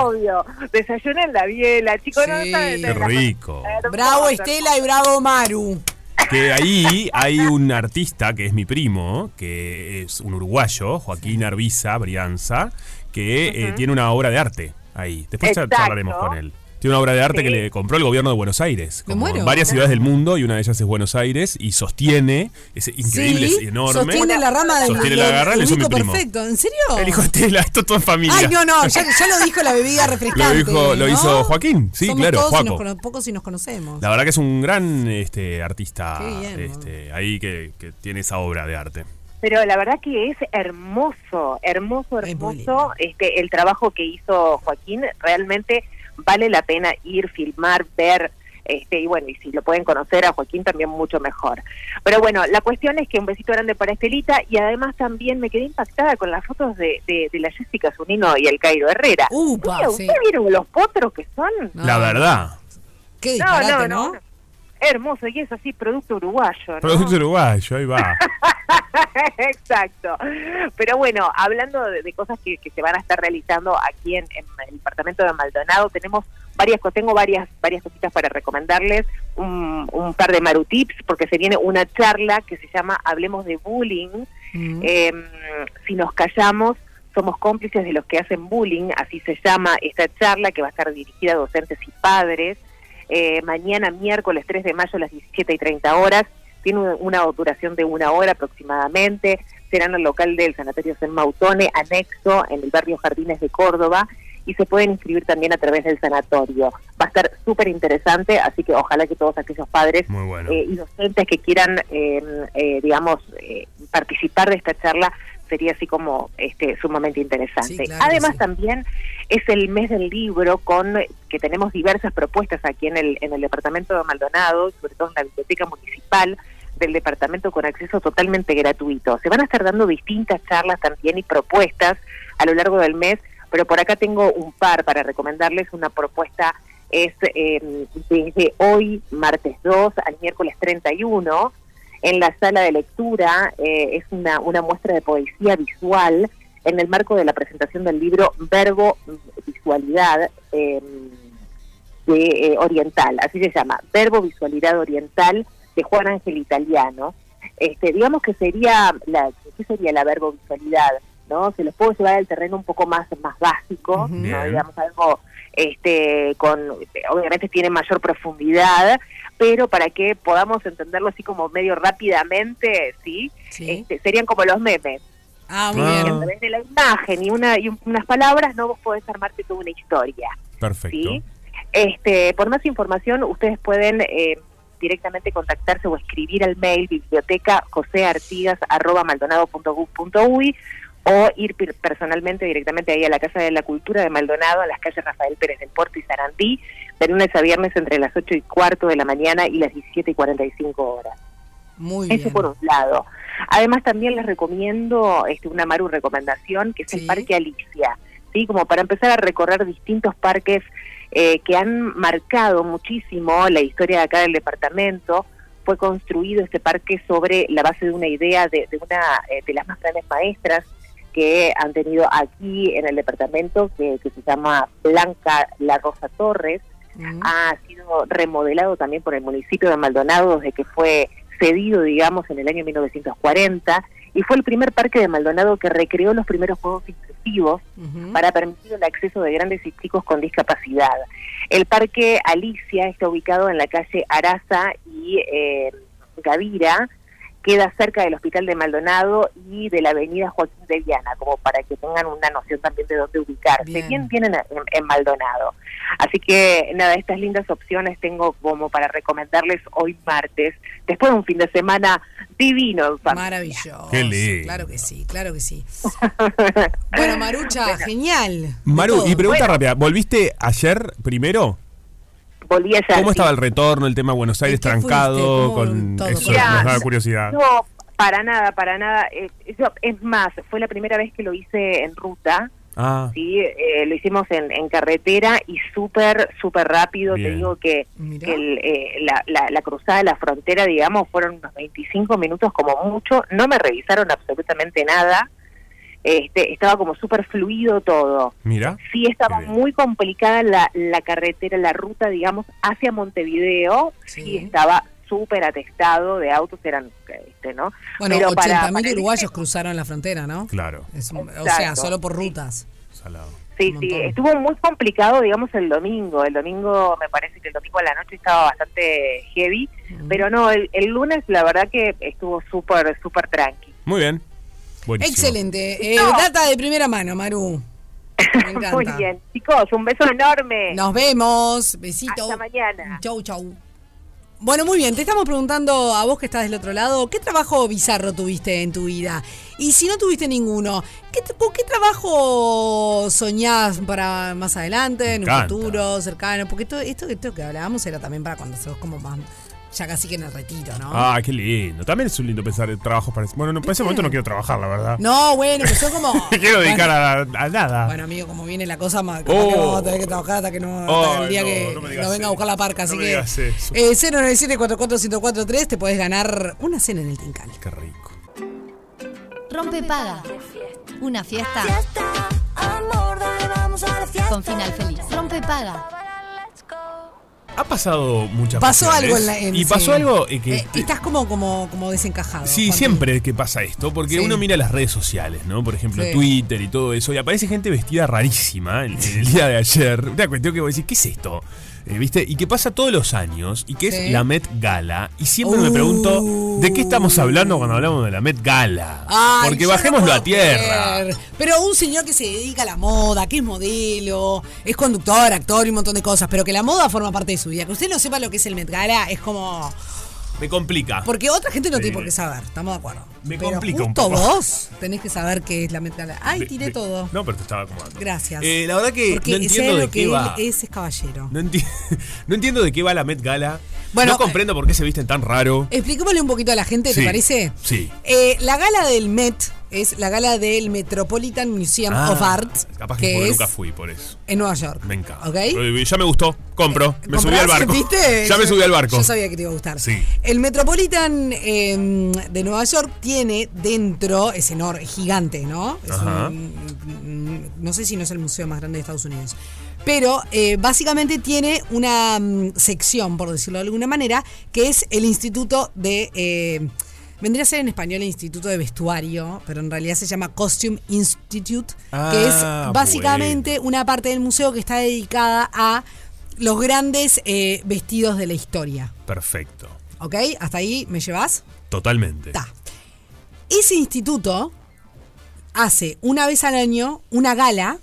G: Obvio, desayuné en la biela, chicos, no
D: Sí.
G: saben
E: Qué
G: la cosa-
E: rico.
G: hermosa,
D: Bravo Estela y bravo Maru.
E: Que ahí hay un artista que es mi primo, que es un uruguayo, Joaquín Arbiza Brianza, que eh, tiene una obra de arte ahí. Después cha-
G: Exacto.
E: charlaremos con él. Tiene una obra de arte
G: Sí.
E: que le compró el gobierno de Buenos Aires.
D: Me
E: como
D: muero.
E: en varias ciudades del mundo y una de ellas es Buenos Aires y sostiene, es increíble,
D: Sí,
E: es enorme.
D: Sostiene la rama de
E: Sostiene la garra,
D: lo
E: le hizo mi
D: ubico
E: primo.
D: perfecto, ¿en serio?
E: El hijo de Estela, esto todo en familia.
D: Ay, no, no, ya, ya lo dijo la bebida refrescante.
E: Lo dijo- lo
D: ¿no?
E: hizo Joaquín, sí,
D: Somos
E: claro,
D: todos y
E: Joaco.
D: nos cono- pocos y nos conocemos.
E: La verdad que es un gran este, artista
D: Qué bien,
E: este, ahí que, que tiene esa obra de arte.
G: Pero la verdad que es hermoso, hermoso,
D: Es muy
G: hermoso este el trabajo que hizo Joaquín. Realmente vale la pena ir, filmar, ver. Este, y bueno, y si lo pueden conocer a Joaquín también mucho mejor. Pero bueno, la cuestión es que un besito grande para Estelita y además también me quedé impactada con las fotos de, de, de la Jessica Zunino y el Cairo Herrera.
D: Upa,
G: Mira,
D: sí.
G: ¿Ustedes vieron los potros que son?
D: No,
E: La verdad.
D: Qué disparate, ¿no?
G: Hermoso, y es así, producto uruguayo. ¿no?
E: Producto uruguayo, ahí va.
G: Exacto. Pero bueno, hablando de, de cosas que, que se van a estar realizando aquí en, en el departamento de Maldonado, tenemos varias co- tengo varias varias cositas para recomendarles, un, un par de marutips, porque se viene una charla que se llama Hablemos de Bullying.
D: Mm.
G: Eh, si nos callamos, somos cómplices de los que hacen bullying, así se llama esta charla que va a estar dirigida a docentes y padres. Eh, mañana, miércoles 3 de mayo, a las 17 y 30 horas. Tiene un- una duración de una hora aproximadamente. Será en el local del Sanatorio San Mautone, anexo en el barrio Jardines de Córdoba. Y se pueden inscribir también a través del sanatorio. Va a estar súper interesante, así que ojalá que todos aquellos padres
E: Muy bueno.
G: eh, y docentes que quieran, eh, eh, digamos, eh, participar de esta charla sería así como este, sumamente interesante.
D: Sí, claro que
G: Además
D: sí.
G: también es el mes del libro con que tenemos diversas propuestas aquí en el en el departamento de Maldonado, sobre todo en la biblioteca municipal del departamento con acceso totalmente gratuito. Se van a estar dando distintas charlas también y propuestas a lo largo del mes, pero por acá tengo un par para recomendarles una propuesta es eh, desde hoy, martes 2, al miércoles 31, en la sala de lectura. eh, es una, una muestra de poesía visual en el marco de la presentación del libro Verbo mm, Visualidad eh, de, eh, Oriental, así se llama, Verbo Visualidad Oriental de Juan Ángel Italiano. Este, digamos que sería la, ¿qué sería la verbo visualidad? ¿no? Se los puedo llevar al terreno un poco más, más básico,
D: Ujú.
G: ¿no?
E: Bien.
G: digamos algo este, con, obviamente tiene mayor profundidad, pero para que podamos entenderlo así como medio rápidamente, ¿sí?
D: Sí.
G: Este, serían como los memes,
D: Ah, muy
E: Ah.
G: que a
D: bien.
G: través de la imagen y, una, y un- unas palabras no vos podés armarte toda una historia,
E: Perfecto.
G: ¿sí? Este, por más información, ustedes pueden eh, directamente contactarse o escribir al mail biblioteca joseartigas.maldonado.gov.uy o ir per- personalmente directamente ahí a la Casa de la Cultura de Maldonado, a las calles Rafael Pérez del Puerto y Sarandí, de lunes a viernes entre las 8 y cuarto de la mañana y las 17 y 45 horas.
D: Muy
G: Eso
D: bien.
G: por un lado. Además también les recomiendo este, una Maru recomendación, que es
D: Sí.
G: el Parque Alicia, ¿sí? como para empezar a recorrer distintos parques eh, que han marcado muchísimo la historia de acá del departamento. Fue construido este parque sobre la base de una idea de, de una eh, de las más grandes maestras que han tenido aquí en el departamento, que, que se llama Blanca La Rosa Torres
D: Mm.
G: ha sido remodelado también por el municipio de Maldonado desde que fue cedido, digamos, en el año 1940 y fue el primer parque de Maldonado que recreó los primeros juegos inclusivos
D: Ujú.
G: para permitir el acceso de grandes y chicos con discapacidad. El parque Alicia está ubicado en la calle Araza y eh, Gavira, queda cerca del Hospital de Maldonado y de la Avenida Joaquín de Viana, como para que tengan una noción también de dónde ubicarse.
D: Bien.
G: Bien, bien, en, en- en Maldonado. Así que nada, estas lindas opciones tengo como para recomendarles hoy martes, después de un fin de semana divino en familia.
D: Maravilloso.
E: Qué lindo.
D: Claro que sí, claro que sí. Bueno, Marucha, genial. De
E: Maru,
D: todo.
E: y pregunta rápida, ¿volviste ayer primero?
G: Volví a
E: ¿Cómo estaba
G: el
E: el retorno, el tema de Buenos Aires
D: qué
E: trancado?
D: fuiste? ¿Cómo
E: Con
D: todo?
E: eso
G: Mirá,
E: nos daba curiosidad.
G: No, para nada, para nada. Eh, yo- es más, fue la primera vez que lo hice en ruta,
E: Ah,
G: ¿sí? Eh, lo hicimos en, en carretera y súper, súper rápido. Te
E: Bien.
G: digo que,
D: Mirá.
G: que el, eh, la, la- la cruzada de la frontera, digamos, fueron unos 25 minutos como mucho. No me revisaron absolutamente nada. Este, estaba como súper fluido todo.
E: mira.
G: Sí, estaba
E: Qué bien.
G: muy complicada la, la carretera, la ruta, digamos, hacia Montevideo.
D: Sí.
G: Sí, estaba súper atestado de autos, eran, este, ¿no?
D: Bueno,
G: Pero para-
D: 80.000
G: para el-
D: uruguayos cruzaron la frontera, ¿no?
E: Claro,
D: Es un- o
G: Exacto.
D: sea, solo por rutas.
E: salado.
G: Sí,
D: Un
G: sí,
D: montón.
G: estuvo muy complicado, digamos, el domingo. El domingo, me parece que el domingo a la noche estaba bastante heavy, pero no, el, el lunes la verdad que estuvo súper, súper tranqui.
E: Muy bien. Buenísimo.
D: Excelente. Eh, Data de primera mano, Maru. Me encanta.
G: Muy bien, chicos, un beso enorme.
D: Nos vemos. Besito.
G: Hasta mañana.
D: Chau, chau. Bueno, muy bien, te estamos preguntando a vos que estás del otro lado, ¿qué trabajo bizarro tuviste en tu vida? Y si no tuviste ninguno, ¿qué, tra- con qué trabajo soñás para más adelante, en
E: Me
D: un
E: encanta.
D: futuro cercano? Porque todo esto, esto que hablábamos era también para cuando sos como más, ya casi que en el retiro, ¿no?
E: Ah, qué lindo. También es un lindo pensar en trabajos para... Bueno, no, para ese momento no quiero trabajar, la verdad.
D: No, bueno, que sos como...
E: quiero dedicar a, a nada.
D: Bueno, amigo, como viene la cosa, más
E: Oh.
D: que vamos a tener que trabajar hasta que no hasta
E: Ay,
D: el día
E: no,
D: que
E: no me
D: no,
E: digas
D: venga a
E: eso.
D: buscar la parca.
E: No
D: así
E: me
D: que
E: digas eso.
D: eh, 097-44143 te podés ganar una cena en el Tincal.
E: Qué rico.
A: Rompe paga. Una fiesta con final feliz. Rompe paga.
E: Ha pasado muchas
D: Pasó
E: cuestiones.
D: algo en la en-
E: Y
D: sí.
E: pasó algo eh, que...
D: Eh, estás como, como, como desencajado.
E: Sí,
D: Juanpi.
E: siempre que pasa esto, porque
D: Sí.
E: uno mira las redes sociales, ¿no? Por ejemplo,
D: Sí.
E: Twitter y todo eso, y aparece gente vestida rarísima en, en el día de ayer. Una cuestión que vos decís, ¿qué es esto? Eh, ¿Viste? Y que pasa todos los años, y que
D: Sí.
E: es la Met Gala. Y siempre me
D: Uh.
E: pregunto, ¿de qué estamos hablando cuando hablamos de la Met Gala?
D: Ay,
E: porque
D: yo no
E: bajémoslo
D: puedo
E: a tierra.
D: creer. Pero un señor que se dedica a la moda, que es modelo, es conductor, actor y un montón de cosas, pero que la moda forma parte de su vida. Que usted no sepa lo que es el Met Gala es como...
E: Me complica.
D: Porque otra gente no
E: Ah. Sí.
D: tiene por qué saber, estamos de acuerdo.
E: Me
D: Pero
E: complica un
D: justo
E: poco.
D: vos tenés que saber qué es la Met Gala. Ay,
E: De-
D: tiré
E: de-
D: todo.
E: No, pero te estaba acomodando.
D: Gracias.
E: Eh, la verdad que
D: Porque
E: no
D: sé
E: entiendo
D: lo
E: de
D: que
E: qué
D: él
E: va.
D: es, es caballero.
E: No, enti- no entiendo de qué va la Met Gala.
D: Bueno, eh,
E: no comprendo por qué se visten tan raro.
D: Expliquémosle un poquito a la gente, ¿te
E: Sí,
D: parece?
E: sí.
D: Eh, la gala del Met es la gala del Metropolitan Museum
E: Ah,
D: of Art,
E: Capaz que,
D: que
E: porque
D: es
E: nunca fui por eso.
D: en Nueva York.
E: Me encanta.
D: ¿Ok? Eh,
E: Eh, Ya me gustó. Compro. Me subí
D: ¿Comprás?
E: al barco.
D: ¿Viste?
E: Ya me
D: Yo-
E: subí al barco.
D: Yo sabía que te iba a gustar.
E: Sí.
D: El Metropolitan eh, de Nueva York tiene dentro, es enorme, es gigante, ¿no? Es
E: Ajá.
D: un- un- no sé si no es el museo más grande de Estados Unidos. Pero eh, básicamente tiene una mm, sección, por decirlo de alguna manera, que es el Instituto de... eh, Vendría a ser en español el Instituto de Vestuario, pero en realidad se llama Costume Institute, que
E: Ah,
D: es básicamente una parte del museo que está dedicada a los grandes eh, vestidos de la historia.
E: Perfecto.
D: ¿Ok? ¿Hasta ahí me llevas?
E: Totalmente.
D: Ta. Ese instituto hace una vez al año una gala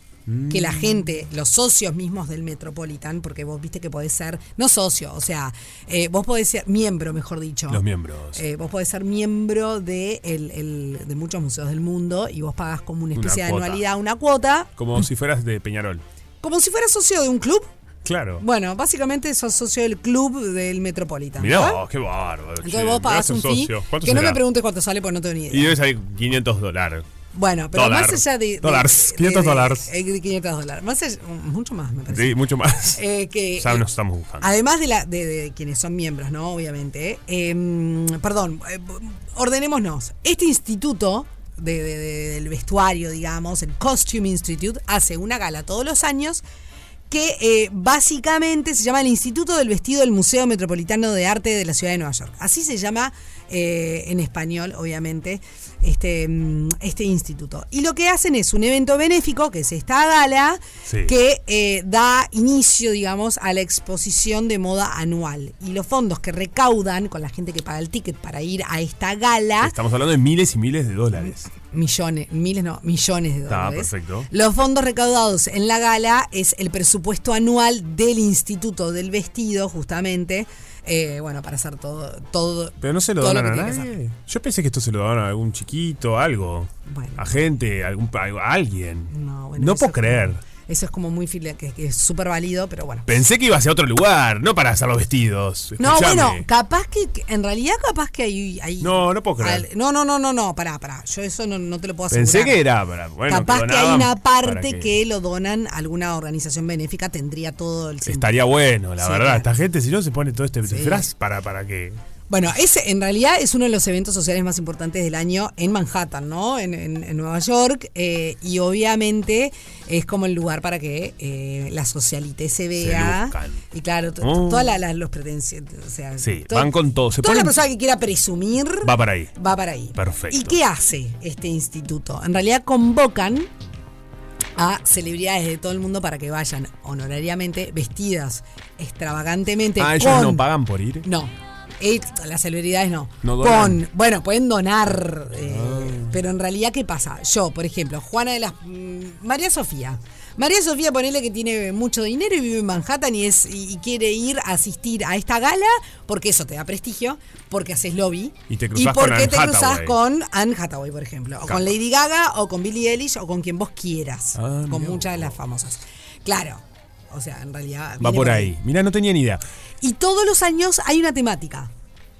D: que
E: Mm.
D: la gente, los socios mismos del Metropolitan, porque vos viste que podés ser, no socio, o sea, eh, vos podés ser miembro, mejor dicho.
E: Los miembros.
D: Eh, vos podés ser miembro de, el- el- de muchos museos del mundo y vos pagás como una
E: Una
D: especie de
E: cuota.
D: anualidad, una cuota,
E: Como si fueras de Peñarol.
D: como si fueras socio de un club.
E: Claro.
D: Bueno, básicamente sos socio del club del Metropolitan.
E: Mirá,
D: ¿verdad?
E: vos, qué bárbaro.
D: Entonces vos pagás un fee que no me preguntes cuánto sale porque no tengo ni idea.
E: Y debe salir 500 dólares.
D: Bueno, pero
E: Dólar.
D: más allá de... de-
E: Dólares.
D: de-
E: 500
D: de-
E: dólares.
D: eh, de 500 dólares. Más allá- mucho más, me parece.
E: Sí, mucho más.
D: Eh, que,
E: ya
D: eh,
E: nos estamos buscando.
D: Además de, la, de, de quienes son miembros, ¿no? Obviamente. eh, mm, perdón, eh, ordenémonos. Este instituto de- de- de- del vestuario, digamos, el Costume Institute, hace una gala todos los años que eh, básicamente se llama el Instituto del Vestido del Museo Metropolitano de Arte de la Ciudad de Nueva York. Así se llama eh, en español, obviamente, este, mm, este instituto. Y lo que hacen es un evento benéfico, que es esta gala,
E: Sí.
D: que eh, da inicio, digamos, a la exposición de moda anual. Y los fondos que recaudan con la gente que paga el ticket para ir a esta gala,
E: Estamos hablando de miles y miles de dólares.
D: millones, miles no, millones de
E: Está
D: dólares.
E: perfecto.
D: Los fondos recaudados en la gala es el presupuesto anual del Instituto del Vestido, justamente, eh, bueno, para hacer todo, todo.
E: Pero no se lo
D: todo
E: donan
D: que
E: a
D: tiene que hacer.
E: nadie. Yo pensé que esto se lo daban a algún chiquito, algo.
D: Bueno.
E: A gente, algún, a alguien.
D: No,
E: No,
D: bueno,
E: puedo
D: eso es como-
E: creer.
D: Eso es como muy fila, que, que es súper válido, pero bueno.
E: Pensé que iba hacia otro lugar, no para hacer los vestidos.
D: No,
E: Escuchame.
D: bueno, capaz que, que- en realidad capaz que hay... hay-
E: No, no puedo creer.
D: al- no, no, no, no, no, pará, pará. Yo eso no, no te lo puedo asegurar.
E: Pensé que era para. Bueno,
D: capaz que hay
E: donaban
D: una
E: para
D: parte
E: que-
D: que... lo donan a alguna organización benéfica, tendría todo el sentido.
E: Estaría bueno, la
D: Sí,
E: verdad.
D: claro.
E: Esta gente, si no, se pone todo este disfraz para, para que.
D: Bueno, ese en realidad es uno de los eventos sociales más importantes del año en Manhattan, ¿no? En, en- en Nueva York. eh, y obviamente es como el lugar para que eh, la socialité se vea.
E: luzcan.
D: y claro, to-
E: Oh.
D: todas las las- los pretensiones. O sea,
E: Sí,
D: todo-
E: van con todo. Se
D: toda
E: ponen-
D: la persona que quiera presumir
E: Va para ahí.
D: va para ahí.
E: Perfecto.
D: ¿Y qué hace este instituto? En realidad convocan a celebridades de todo el mundo para que vayan honorariamente vestidas extravagantemente.
E: Ah, ellos
D: con-
E: no pagan por ir.
D: no. Eh, las celebridades no.
E: No donan. Ah.
D: Con, bueno, pueden donar. eh, Pero en realidad, ¿qué pasa? Yo, por ejemplo, Juana de las. mm, María Sofía. María Sofía, ponele que tiene mucho dinero y vive en Manhattan y, es, y, y quiere ir a asistir a esta gala porque eso te da prestigio, porque haces lobby.
E: Y te cruzás
D: porque
E: con Anne
D: te cruzás
E: Hathaway.
D: con Anne Hathaway, por ejemplo. O
E: Claro.
D: con Lady Gaga, o con Billie Eilish, o con quien vos quieras.
E: Ah,
D: con
E: mirá
D: muchas de las famosas. Claro. O sea, en realidad.
E: Va
D: viene
E: por ahí. Mirá, no tenía ni idea.
D: Y todos los años hay una temática.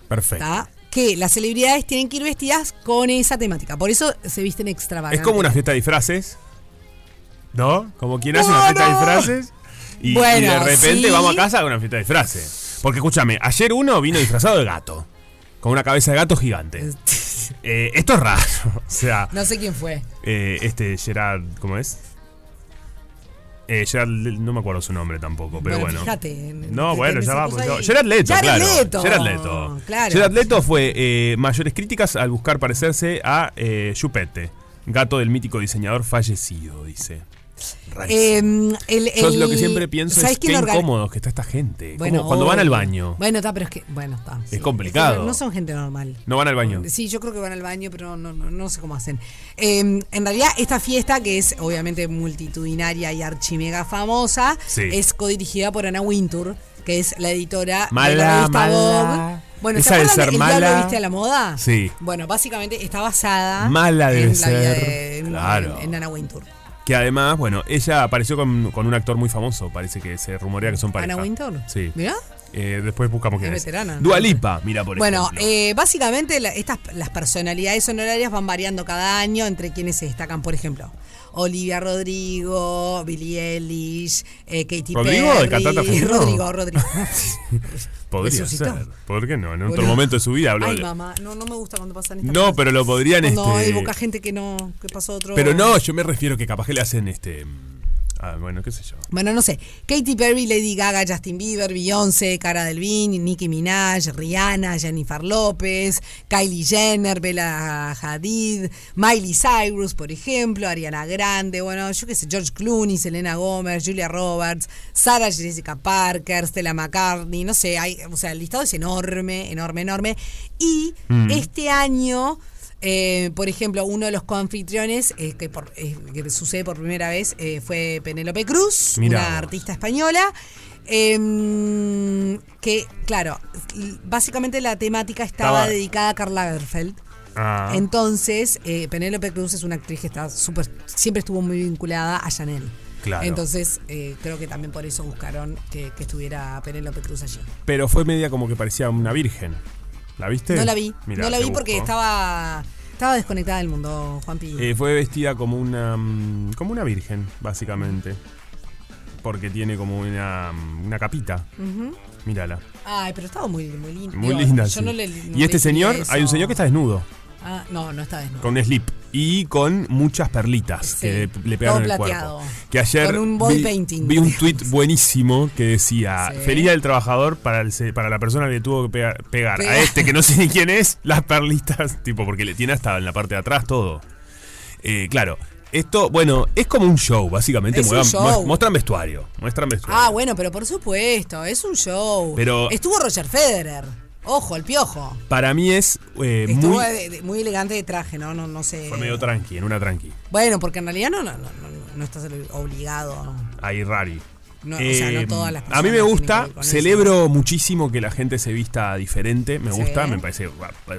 E: Perfecto.
D: ¿tá? que las celebridades tienen que ir vestidas con esa temática. Por eso se visten extravagantes.
E: Es como una fiesta de disfraces. ¿No? Como quien hace una
D: Bueno.
E: fiesta de disfraces. Y,
D: Bueno,
E: y de repente
D: sí.
E: vamos a casa a una fiesta de disfraces. Porque escúchame, ayer uno vino disfrazado de gato. Con una cabeza de gato gigante. Eh, esto es raro. O sea,
D: No sé quién fue.
E: eh, este Gerard, ¿cómo es? Eh, Gerard, Le- no me acuerdo su nombre tampoco, pero bueno.
D: Bueno, fíjate, en-
E: no,
D: te-
E: bueno,
D: tenés
E: ya va.
D: esa
E: pues,
D: cosa
E: no.
D: ahí.
E: Gerard Leto,
D: Jared
E: claro.
D: Leto,
E: Gerard Leto.
D: claro.
E: Gerard Leto fue eh, mayores críticas al buscar parecerse a eh, Chupete, gato del mítico diseñador fallecido, dice.
D: Eh,
E: Rarísimo.
D: el,
E: Yo
D: el-
E: lo que siempre pienso
D: ¿sabés
E: es qué
D: quién organ-
E: incómodos que está esta gente.
D: Bueno,
E: Como cuando van al
D: obvio.
E: baño.
D: Bueno, está, pero es que. Bueno, está. sí.
E: complicado.
D: Es que No son gente normal.
E: No van al baño.
D: Sí, yo creo que van al baño, pero no, no, no sé cómo hacen. Eh, en realidad, esta fiesta, que es obviamente multitudinaria y archimega famosa,
E: Sí.
D: es codirigida por Ana Wintour, que es la editora de
E: Mala,
D: la revista
E: mala.
D: Vogue. Bueno,
E: Esa
D: ¿se
E: de
D: acuerdan
E: ser
D: de El
E: mala.
D: Diablo Viste a la Moda?
E: Sí.
D: Bueno, básicamente está basada
E: Mala debe
D: en la vida
E: ser.
D: de- en-
E: Claro.
D: en Ana Wintour.
E: Que además, bueno, ella apareció con, con un actor muy famoso. Parece que se rumorea que son pareja.
D: ¿Ana Wintour?
E: Sí.
D: Mirá.
E: Eh, después buscamos quién
D: Es
E: es.
D: veterana, ¿no?
E: Dualipa, mira por
D: Bueno,
E: ejemplo.
D: eh, básicamente la- estas, las personalidades honorarias van variando cada año entre quienes se destacan, por ejemplo, Olivia Rodrigo, Billie Eilish, eh, Katy
E: ¿Rodrigo,
D: Perry.
E: el cantante argentino?
D: Rodrigo, Rodrigo.
E: Podría
D: resucitó.
E: ser. ¿Por qué no? En otro
D: Boludo.
E: momento de su vida habló.
D: Ay, mamá, no, no me gusta cuando pasan estas
E: no,
D: cosas.
E: pero lo podrían
D: Cuando
E: este.
D: hay boca gente que no, que pasó otro.
E: Pero no, yo me refiero que capaz que le hacen este. Ah, bueno, qué sé yo.
D: Bueno, no sé. Katy Perry, Lady Gaga, Justin Bieber, Beyoncé, Cara Delevingne, Nicki Minaj, Rihanna, Jennifer López, Kylie Jenner, Bella Hadid, Miley Cyrus, por ejemplo, Ariana Grande, bueno, yo qué sé, George Clooney, Selena Gomez, Julia Roberts, Sarah Jessica Parker, Stella McCartney, no sé, hay, o sea, el listado es enorme, enorme, enorme. Y
E: Mm.
D: este año... Eh, por ejemplo, uno de los coanfitriones eh, que, por- eh, que sucede por primera vez eh, fue Penélope Cruz,
E: Mirá
D: una
E: vos.
D: artista española. eh, que, claro, l- básicamente la temática estaba
E: Estaba-
D: dedicada a Karl Lagerfeld.
E: Ah.
D: Entonces, eh, Penélope Cruz es una actriz que está súper, siempre estuvo muy vinculada a Chanel.
E: Claro.
D: Entonces, eh, creo que también por eso buscaron que, que estuviera Penélope Cruz allí.
E: Pero fue media como que parecía una virgen. ¿La viste?
D: No la vi,
E: Mirá,
D: no la
E: te
D: vi porque
E: busco.
D: estaba, estaba desconectada del mundo, Juanpi.
E: Eh, fue vestida como una. mm, como una virgen, básicamente. Porque tiene como una. mm, una capita. Mírala.
D: Ay, pero estaba muy, muy linda.
E: Muy
D: Digo,
E: linda.
D: yo
E: sí.
D: no le- no
E: y este
D: le
E: señor,
D: dije eso.
E: hay un señor que está desnudo,
D: Ah, no, no está desnudo.
E: con un slip. y con muchas perlitas
D: Sí.
E: que le- le pegaron en el
D: Todo
E: cuerpo.
D: plateado.
E: Que ayer
D: Con un ball
E: vi,
D: painting.
E: vi un tuit buenísimo que decía,
D: Sí.
E: feliz del trabajador para, el, se- para la persona que le tuvo que pegar, pegar a
D: Pegar.
E: este que no sé ni quién es, las perlitas, tipo, porque le tiene hasta en la parte de atrás todo. Eh, claro, esto, bueno, es como un show, básicamente.
D: Es un
E: muevan-
D: show.
E: muest- Muestran vestuario, muestran vestuario.
D: Ah, bueno, pero por supuesto, es un show.
E: Pero-
D: Estuvo Roger Federer. Ojo, el piojo.
E: Para mí es eh,
D: Ah. Estuvo
E: muy...
D: de- de- muy elegante de traje, ¿no? No, no sé.
E: Fue medio tranqui, en una tranqui.
D: Bueno, porque en realidad no, no, no, no- no estás obligado.
E: Ahí rari. Eh,
D: No, o sea, no todas las
E: a mí me
D: personas
E: gusta,
D: tienen que ir con eso.
E: celebro muchísimo que la gente se vista diferente, me
D: Sí.
E: gusta, me parece,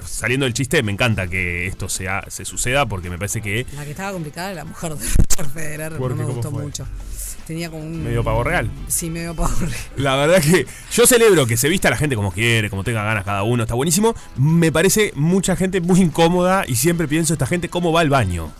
E: saliendo del chiste, me encanta que esto sea, se suceda porque me parece que
D: La que estaba complicada era la mujer de Roger Federer. No
E: Porque,
D: me
E: ¿cómo
D: gustó
E: fue?
D: mucho. Tenía como un.
E: medio pavo real.
D: Sí, medio pavo real.
E: La verdad que yo celebro que se vista la gente como quiere, como tenga ganas cada uno, está buenísimo. Me parece mucha gente muy incómoda y siempre pienso esta gente cómo va al baño.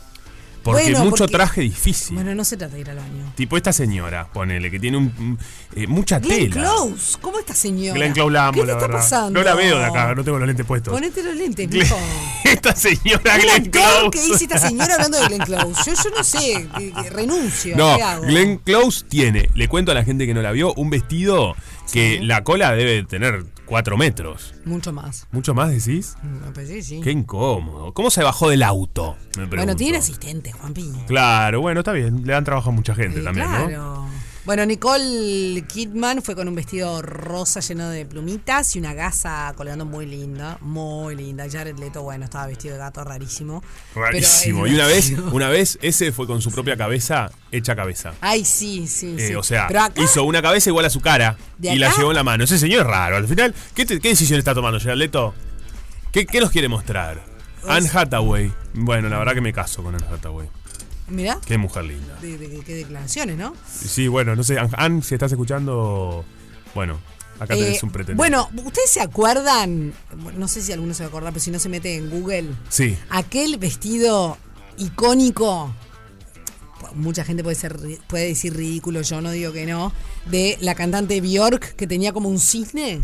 E: Porque
D: Bueno,
E: mucho
D: porque-
E: traje difícil.
D: Bueno, no se trata de ir al baño.
E: Tipo esta señora, ponele, que tiene un, un, eh, mucha
D: Glenn
E: tela.
D: Close, ¿cómo está señora?
E: Glenn Close la amo,
D: ¿Qué te
E: la
D: está
E: verdad.
D: pasando?
E: No la veo de acá, no tengo los lentes puestos.
D: Ponete los lentes,
E: Glenn-
D: mijo.
E: Esta señora
D: Un
E: Glenn
D: actor que dice
E: Close.
D: esta señora hablando de Glenn Close. Yo, yo no sé, eh, eh, renuncio.
E: No,
D: ¿qué hago?
E: Glenn Close tiene, le cuento a la gente que no la vio, un vestido que la cola debe tener 4 metros.
D: Mucho más.
E: ¿Mucho más decís?
D: Me parece, sí.
E: Qué incómodo. ¿Cómo se bajó del auto? Me pregunto.
D: Bueno, tiene asistente, Juan Piña.
E: Claro, bueno, está bien. Le dan trabajo a mucha gente también, ¿no?
D: Bueno, Nicole Kidman fue con un vestido rosa lleno de plumitas y una gasa colgando muy linda, muy linda. Jared Leto, bueno, estaba vestido de gato rarísimo. pero es
E: Rarísimo. Y una vez,
D: divertido.
E: una vez, ese fue con su propia cabeza, hecha cabeza.
D: Ay, sí, sí,
E: Eh,
D: sí.
E: o sea,
D: Pero acá-
E: hizo una cabeza igual a su cara
D: ¿De
E: y la
D: acá?
E: llevó en la mano. Ese señor es raro. Al final, ¿qué, te- qué decisión está tomando Gerard Leto? ¿Qué, qué nos quiere mostrar?
D: Pues
E: Anne Hathaway. Bueno, la verdad que me caso con Anne Hathaway.
D: Mirá,
E: Qué mujer linda.
D: de- de- qué declaraciones, ¿no?
E: Sí, bueno, no sé, Anne- Anne, si estás escuchando, bueno, acá tenés
D: Eh,
E: un pretendiente.
D: Bueno, ¿ustedes se acuerdan? Bueno, No sé si alguno se va a acordar, pero si no se mete en Google.
E: Sí.
D: Aquel vestido icónico. Mucha gente puede, ser, ri- puede decir ridículo, yo no digo que no. De la cantante Bjork que tenía como un cisne.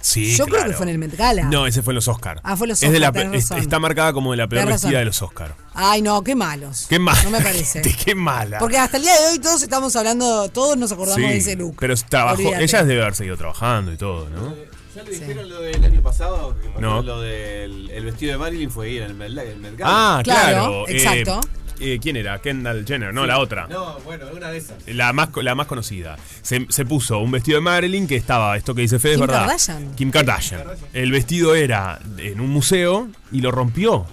E: Sí,
D: yo creo
E: claro.
D: que fue en el Met Gala.
E: No, ese fue en los Oscars.
D: Ah, fue en los
E: Es de la
D: Oscar,
E: pe-
D: tenés
E: es-
D: razón.
E: Está marcada como de la peor
D: Tenés
E: vestida
D: razón.
E: de los Oscars.
D: Ay, no, qué malos.
E: Qué mala.
D: No me parece.
E: gente, Qué mala.
D: Porque hasta el día de hoy todos estamos hablando, todos nos acordamos
E: Sí,
D: de ese look.
E: Pero trabajó,
D: Olvídate.
E: ella debe haber seguido trabajando y todo, ¿no?
H: ¿Ya le dijeron lo del año pasado? Que
E: No.
H: Lo del el vestido de Marilyn fue ir al Met- el Met Gala.
E: Ah, claro.
D: Claro,
E: eh,
D: exacto.
E: eh, ¿Quién era? Kendall Jenner, no, la otra.
H: No, bueno, una de esas.
E: La más, co- la más conocida. Se, se puso un vestido de Marilyn que estaba, esto que dice Fede es
D: Kim
E: verdad.
D: Kardashian.
E: Kim Kardashian. El vestido era en un museo y lo rompió.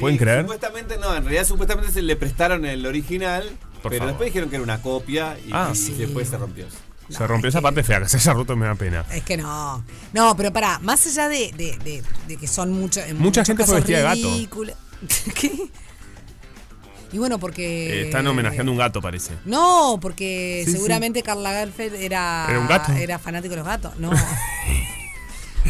E: ¿Pueden
H: Sí,
E: creer?
H: Supuestamente, no, en realidad supuestamente se le prestaron el original,
E: Por
H: pero
E: favor.
H: después dijeron que era una copia y,
E: Ah.
H: y después se rompió.
E: se rompió esa parte fea, que se haya roto me da pena.
D: Es que no. No, pero pará, más allá de, de- de- de que son muchas
E: Mucha gente fue vestida de gato.
D: ¿Qué? Y bueno, porque.
E: Eh, están homenajeando a un gato, parece.
D: No, porque
E: Sí,
D: seguramente Carla Garfield era.
E: Era un gato.
D: era fanático de los gatos. No.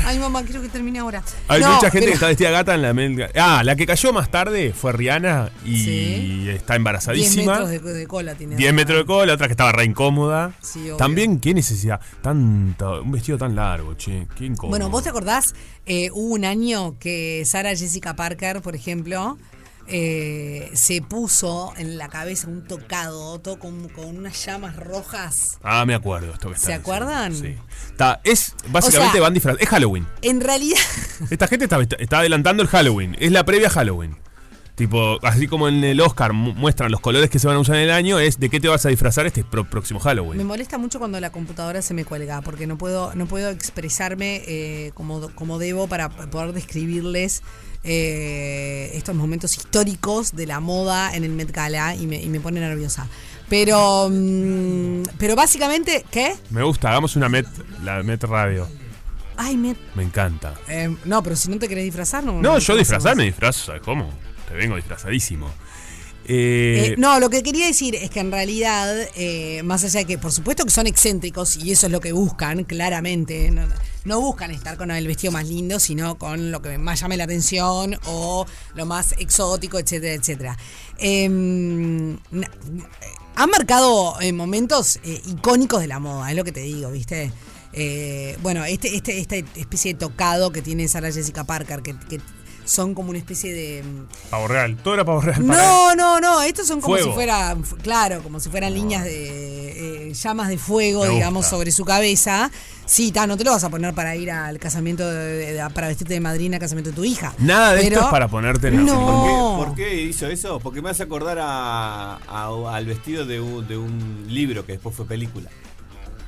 D: Ay, mamá, quiero que termine ahora.
E: Hay
D: No,
E: mucha gente
D: pero-
E: que está vestida de gata en la Met Gala. Ah, la que cayó más tarde fue Rihanna y
D: Sí.
E: está
D: 10
E: embarazadísima.
D: metros de, de cola tiene.
E: 10 metros de cola, otra que estaba re incómoda.
D: Sí, obvio.
E: También, qué necesidad. Tanto, un vestido tan largo, che. Qué incómodo.
D: Bueno, ¿vos te acordás? Eh, hubo un año que Sara Jessica Parker, por ejemplo, eh, se puso en la cabeza un tocado, todo con, con unas llamas rojas.
E: Ah, me acuerdo esto que
D: ¿Se
E: están
D: acuerdan?
E: diciendo, Sí. Está, es, básicamente
D: O sea-
E: van disfrazados. Es Halloween.
D: En realidad,
E: Esta gente está, está adelantando el Halloween. Es la previa a Halloween. Tipo, así como en el Oscar mu- muestran los colores que se van a usar en el año, es de qué te vas a disfrazar este pro- próximo Halloween.
D: me molesta mucho cuando la computadora se me cuelga, porque no puedo, no puedo expresarme eh, como, como debo para poder describirles eh, estos momentos históricos de la moda en el Met Gala y me, y me pone nerviosa. Pero, mm, pero básicamente, ¿qué?
E: Me gusta, hagamos una Met, la Met Radio.
D: Ay, Met
E: Me encanta.
D: Eh, no, pero si no te querés disfrazar, no.
E: No, yo
D: te
E: disfrazarme,
D: hacemos.
E: disfrazo, ¿sabes cómo? Te vengo disfrazadísimo.
D: Eh,
E: Eh,
D: no, lo que quería decir es que en realidad, eh, más allá de que por supuesto que son excéntricos y eso es lo que buscan, claramente, no, no buscan estar con el vestido más lindo, sino con lo que más llame la atención o lo más exótico, etcétera, etcétera. Eh, na- han marcado eh, momentos eh, icónicos de la moda, es lo que te digo, ¿viste? Eh, bueno, este, este, esta especie de tocado que tiene Sara Jessica Parker, que, que son como una especie de.
I: Pavo real. Todo era pavo real. para él.
D: No, no, no. Estos son como
I: Fuego.
D: si fueran, fu- claro, como si fueran líneas de eh, llamas de fuego,
I: Me
D: digamos,
I: gusta.
D: sobre su cabeza. Sí, ta, no te lo vas a poner para ir al casamiento, de- de- para vestirte de madrina al casamiento de tu hija.
E: Nada de
D: Pero-
E: esto es para ponerte en la-
D: No.
H: ¿Por qué hizo eso? Porque me hace acordar a- a- al vestido de un, de un libro que después fue película.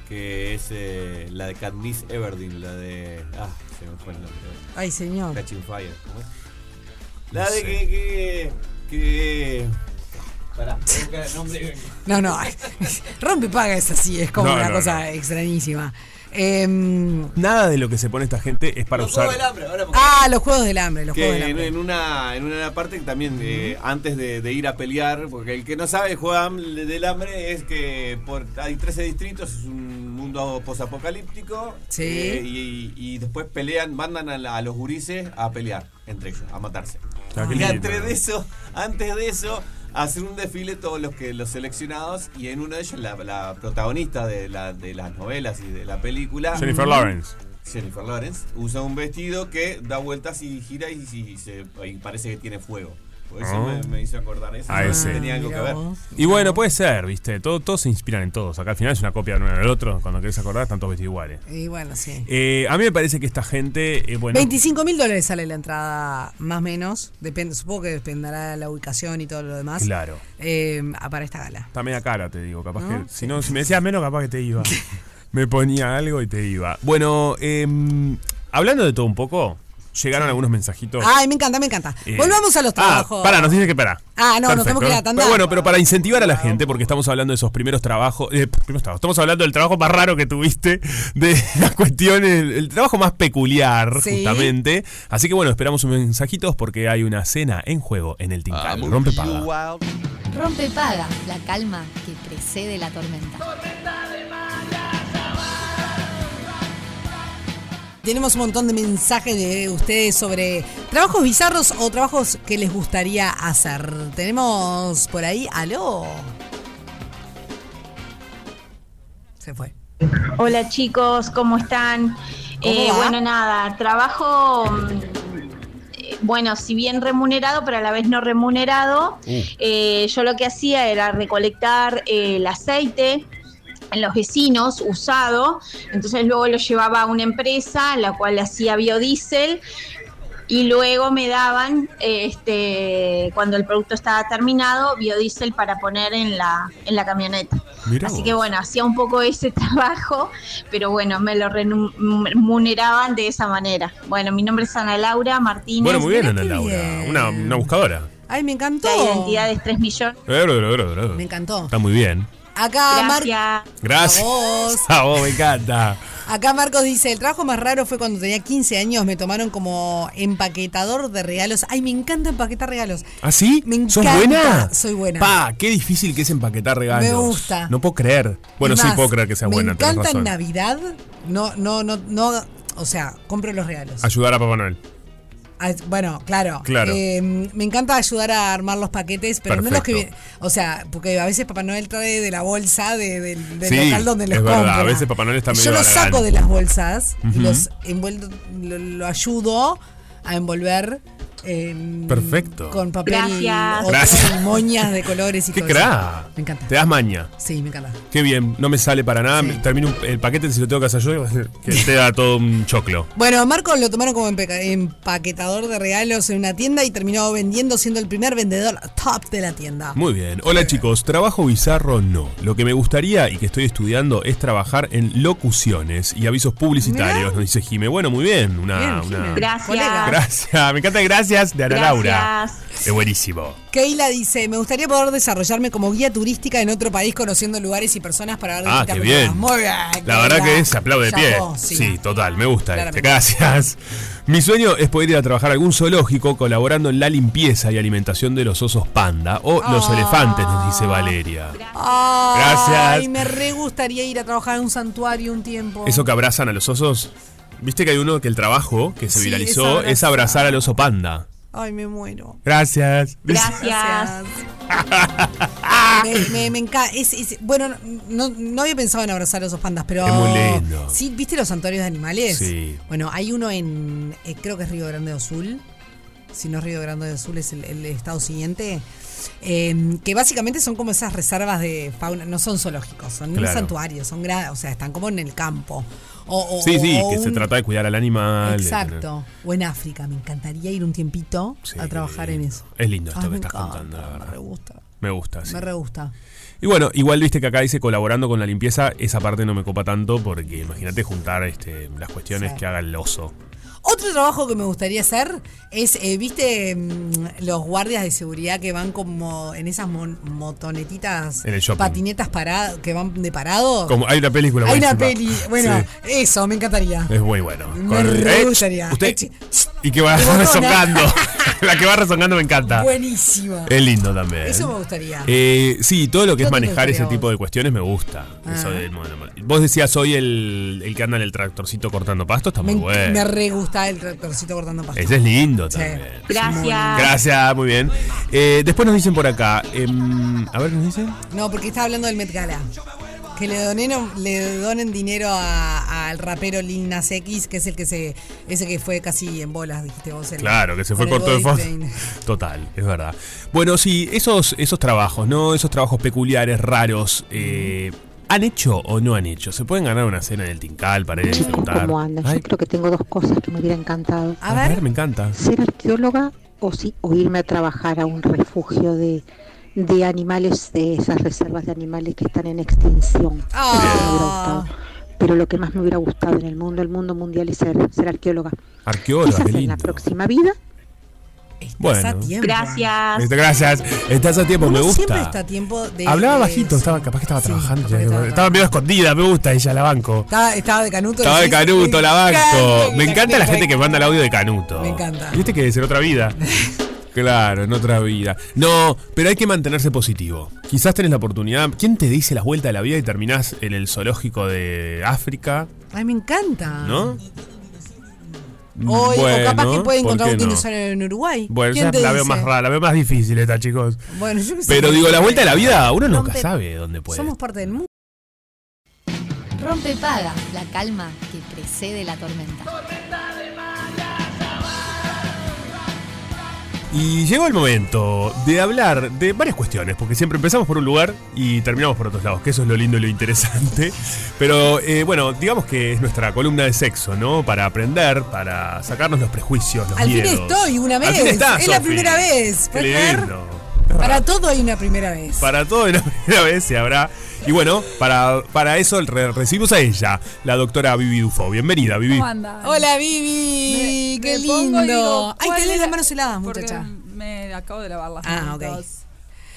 H: Que es eh, la de Katniss Everdeen, la de. Ah, se me fue el nombre.
D: Ay, señor.
H: Catching Fire, ¿cómo es? La de que. que, que... Pará, tengo que- nombre.
D: No, no. ay, Rompe y paga es así, es como
E: No,
D: una
E: no,
D: cosa
E: no.
D: extrañísima. Em,
E: Nada de lo que se pone esta gente es para
H: Los
E: usar.
H: Juegos del hambre, ahora porque-
D: ah, los juegos del hambre, los
H: Que
D: juegos del
H: en,
D: hambre.
H: en una, en una parte que también, eh, antes de, de ir a pelear, porque el que no sabe juega hambre- del hambre es que por, hay 13 distritos, es un mundo posapocalíptico.
D: Sí.
H: eh, y, y después pelean, mandan a, la- a los gurises a pelear entre ellos, a matarse.
E: Ah, qué
H: y
E: lindo.
H: antes de eso, antes de eso, hacen un desfile todos los que los seleccionados y en uno de ellos la, la protagonista de, la- de las novelas y de la película
I: Jennifer Lawrence.
H: Jennifer Lawrence usa un vestido que da vueltas y gira y, y se- y parece que tiene fuego. Por eso
E: Ah.
H: me, me hizo acordar eso.
E: A
H: No
E: Ah, ese.
H: Tenía algo que
D: Mira
H: ver.
D: vos.
E: Y bueno, puede ser, ¿viste? Todo- todos se inspiran en todos. Acá al final es una copia de uno del otro. Cuando querés acordar, están todos vestidos iguales.
D: Y bueno, sí.
E: Eh, a mí me parece que esta gente, eh, bueno,
D: 25 mil dólares sale la entrada, más o menos. Depende, supongo que dependerá de la ubicación y todo lo demás.
E: Claro.
D: Eh, ah, para esta gala.
E: está media cara, te digo. Capaz que, si no, si me decías menos, capaz que te iba. me ponía algo y te iba. Bueno, eh, hablando de todo un poco, llegaron algunos mensajitos.
D: Ay, me encanta, me encanta.
E: Eh,
D: Volvamos a los trabajos.
E: Ah, para, nos dice que para.
D: Ah, no, nos tenemos que ir a la tanda.
E: Pero bueno, pero para incentivar a la gente, porque estamos hablando de esos primeros trabajos, eh, primeros trabajos, estamos hablando del trabajo más raro que tuviste, de las cuestiones, el trabajo más peculiar,
D: Sí.
E: justamente. Así que bueno, esperamos sus mensajitos porque hay una cena en juego en el Tincal. Rompe paga.
A: Rompe paga, la calma que precede la tormenta.
D: Tenemos un montón de mensajes de ustedes sobre trabajos bizarros o trabajos que les gustaría hacer. Tenemos por ahí, aló. Se fue.
J: Hola chicos, ¿cómo están? Eh,
D: va?
J: bueno, nada, trabajo, mm, eh, bueno, si bien remunerado, pero a la vez no remunerado,
D: Uh.
J: Eh, yo lo que hacía era recolectar eh, el aceite en los vecinos usado, entonces luego lo llevaba a una empresa, la cual hacía biodiesel. Y luego me daban, eh, este, cuando el producto estaba terminado, biodiesel para poner en la, en la camioneta.
E: Mirá
J: Así
E: vos.
J: que bueno, hacía un poco ese trabajo, pero bueno, me lo remuneraban de esa manera. Bueno, mi nombre es Ana Laura Martínez.
E: Bueno, muy bien,
D: Mirá
E: Ana
D: qué
E: Laura.
D: bien.
E: Una, una buscadora.
D: Ay, me encantó.
J: La identidad es 3 millones.
E: Ah.
D: Me encantó.
E: Está muy bien.
D: Acá, Mar-
J: Gracias.
E: Gracias.
D: A vos.
E: A vos, me encanta.
D: Acá Marcos dice, el trabajo más raro fue cuando tenía 15 años, me tomaron como empaquetador de regalos. Ay, me encanta empaquetar regalos.
E: ¿Ah, sí?
D: Me
E: ¿Sos
D: encanta.
E: buena?
D: Soy buena.
E: Pa, qué difícil que es empaquetar regalos.
D: Me gusta.
E: No puedo creer. Bueno,
D: Es
E: sí
D: más,
E: puedo creer que sea buena,
D: Me
E: tenés
D: encanta en
E: razón.
D: Navidad, no, no, no, no, o sea, compro los regalos.
E: Ayudar a Papá Noel.
D: Ah, Bueno, claro.
E: Claro.
D: Eh, me encanta ayudar a armar los paquetes, pero no los que...
E: Perfecto.
D: vi- O sea, porque a veces Papá Noel trae de la bolsa de- del- del
E: Sí,
D: local donde los
E: es verdad,
D: compra.
E: a veces Papá Noel está
D: Yo
E: medio
D: los
E: baragán.
D: saco de las bolsas y
E: Ujú.
D: los envuelvo, lo, lo ayudo a envolver... eh,
E: Perfecto.
D: Con papel
J: Gracias.
D: o
E: Gracias.
D: con moñas de colores y
E: ¡Qué
D: todo eso.
E: cra!
D: Me encanta.
E: Te das maña.
D: Sí, me encanta.
E: Qué bien, no me sale para nada.
D: Sí.
E: me- Termino un- el paquete si lo tengo que hacer yo, que te da todo un choclo.
D: Bueno, a Marco lo tomaron como empeca- empaquetador de regalos en una tienda y terminó vendiendo siendo el primer vendedor top de la tienda.
E: Muy bien. Hola chicos, trabajo bizarro no. Lo que me gustaría y que estoy estudiando es trabajar en locuciones y avisos publicitarios, nos dice Jime. Bueno, muy bien. Una,
D: Bien,
E: una-
D: Jime.
J: Gracias.
D: Colega.
E: Gracias, me encanta gracias de Ana
J: Gracias.
E: Laura. Es buenísimo.
D: Keila dice, me gustaría poder desarrollarme como guía turística en otro país conociendo lugares y personas para ver
E: Ah,
D: distintas
E: qué bien.
D: culturas". Muy bien.
E: La
D: Keila.
E: verdad que se aplaude de pie.
D: Chapó,
E: sí.
D: sí.
E: total, me gusta. este.
D: Claramente.
E: Gracias. Mi sueño es poder ir a trabajar a algún zoológico colaborando en la limpieza y alimentación de los osos panda o
D: Ah.
E: los elefantes, nos dice Valeria.
D: Ay,
E: Gracias.
D: me re gustaría ir a trabajar en un santuario un tiempo.
E: Eso que abrazan a los osos. Viste que hay uno que el trabajo que se
D: Sí, es
E: viralizó
D: abrazar.
E: es abrazar al oso panda.
D: Ay, me muero.
E: Gracias.
J: Gracias.
D: me, me- me encanta. es- es- bueno, no, no había pensado en abrazar a esos pandas, pero.
E: Es muy lindo.
D: Sí, ¿viste los santuarios de animales?
E: Sí.
D: Bueno, hay uno en. eh, creo que es Río Grande do Sul. si no es Río Grande del Sur es el, el estado siguiente, eh, que básicamente son como esas reservas de fauna, no son zoológicos, son
E: Claro.
D: santuarios, son gra- o sea, están como en el campo. O, o-
E: Sí, sí,
D: o
E: que se
D: un-
E: trata de cuidar al animal. de tener-
D: Exacto. O en África, me encantaría ir un tiempito a trabajar en eso.
E: Es lindo esto
D: Ay,
E: que
D: me
E: estás
D: encanta,
E: contando, la verdad.
D: Me gusta.
E: Me gusta, sí.
D: Me re gusta.
E: Y bueno, igual viste que acá dice colaborando con la limpieza, esa parte no me copa tanto porque imagínate juntar este, las cuestiones
D: Sí.
E: que haga el oso.
D: Otro trabajo que me gustaría hacer es, eh, viste, mm, los guardias de seguridad que van como en esas mon- motonetitas,
E: En el shopping.
D: patinetas paradas, que van de parado.
E: Como hay una película
D: Hay una
E: buenísima.
D: peli. Bueno,
E: Sí.
D: eso, me encantaría.
E: Es muy bueno.
D: Me
E: Con-
D: re
E: ¡Eh!
D: gustaría.
E: Usted-
D: Eh, chi-
E: y que va
D: Rebotona.
E: rezongando. la que va rezongando me encanta.
D: Buenísima.
E: Ah. Es lindo también.
D: Eso me gustaría.
E: Eh, sí, todo lo que
D: ¿Qué
E: es
D: te
E: manejar
D: gustaría
E: ese
D: a vos?
E: tipo de cuestiones me gusta.
D: Ah.
E: Eso del mono- Vos decías hoy el, el que anda en el tractorcito cortando pasto, está
D: me,
E: muy
D: enc-
E: bueno.
D: me re gusta el tractorcito cortando pasto.
E: Ese es lindo
D: Sí.
E: también.
J: Gracias.
E: Gracias, muy bien. Eh, después nos dicen por acá. em, a ver, ¿qué nos dicen?
D: No, porque estaba hablando del Met Gala. Que le, donen, le donen dinero a- al rapero Lil Nas X, que es el que se ese que fue casi en bolas, dijiste vos. el-
E: Claro, que se fue
D: con el
E: corto de
D: Body
E: fondo.
D: Train.
E: Total, es verdad. Bueno, sí, esos, esos trabajos, ¿no? Esos trabajos peculiares, raros. eh, ¿Han hecho o no han hecho? ¿Se pueden ganar una cena en el Tincal para ir a disfrutar?
K: ¿Cómo andan?
E: Ay,
K: Yo creo que tengo dos cosas que me hubiera encantado.
E: a ver, me encanta.
K: Ser arqueóloga o, sí, o irme a trabajar a un refugio de, de animales, de esas reservas de animales que están en extinción. Eso me hubiera
D: Ah.
K: gustado. Pero lo que más me hubiera gustado en el mundo, el mundo mundial, es ser, ser arqueóloga.
E: Arqueóloga,
K: Quizás
E: Ah, qué
K: en la
E: lindo.
K: próxima vida.
E: Bueno,
J: Gracias.
E: Este, gracias. Estás a tiempo,
D: Uno
E: me gusta.
D: Siempre está a tiempo de.
E: Hablaba
D: de-
E: bajito, estaba, capaz que estaba trabajando. ya, estaba,
D: estaba
E: medio escondida, me gusta ella, la banco.
D: Estaba, estaba de canuto.
E: Estaba de
D: decís,
E: Canuto, la banco. Me encanta la
D: que-
E: gente que manda el audio de Canuto.
D: Me encanta.
E: Viste que es en otra vida. Claro, en otra vida. No, pero hay que mantenerse positivo. Quizás tenés la oportunidad. ¿Quién te dice las vueltas de la vida y terminás en el zoológico de África?
D: Ay, me encanta.
E: ¿No? Mm,
D: O, Ah. o capaz que
E: Bueno,
D: puede
E: ¿por
D: encontrar
E: qué
D: un
E: no?
D: dinosaurio en Uruguay.
E: Bueno,
D: ¿Quién
E: esa
D: te
E: la veo
D: dice?
E: más rara, la veo más difícil esta, chicos.
D: Bueno, yo qué sé.
E: Pero digo, la vuelta de la vida, uno nunca
D: Rompe-
E: sabe dónde puede.
D: Somos parte del mundo.
A: Rompe paga, la calma que precede la tormenta.
E: Y llegó el momento de hablar de varias cuestiones, porque siempre empezamos por un lugar y terminamos por otros lados, que eso es lo lindo y lo interesante. Pero eh, bueno, digamos que es nuestra columna de sexo, ¿no? Para aprender, para sacarnos los prejuicios, los
D: Al fin
E: miedos.
D: estoy, una vez.
E: Al fin estás,
D: es la
E: Sofi.
D: primera vez.
E: Qué
D: ¿puedes creer?
E: lindo.
D: Para todo hay una primera vez.
E: Para todo, la primera vez se habrá. Y bueno, para, para eso re- recibimos a ella, la doctora Vivi Dufo. Bienvenida, Vivi.
D: Hola, Vivi. Qué lindo. Ay, tenés las manos heladas,
L: porque
D: muchacha.
L: Me acabo de lavar las
D: Ah, ok.
L: manos.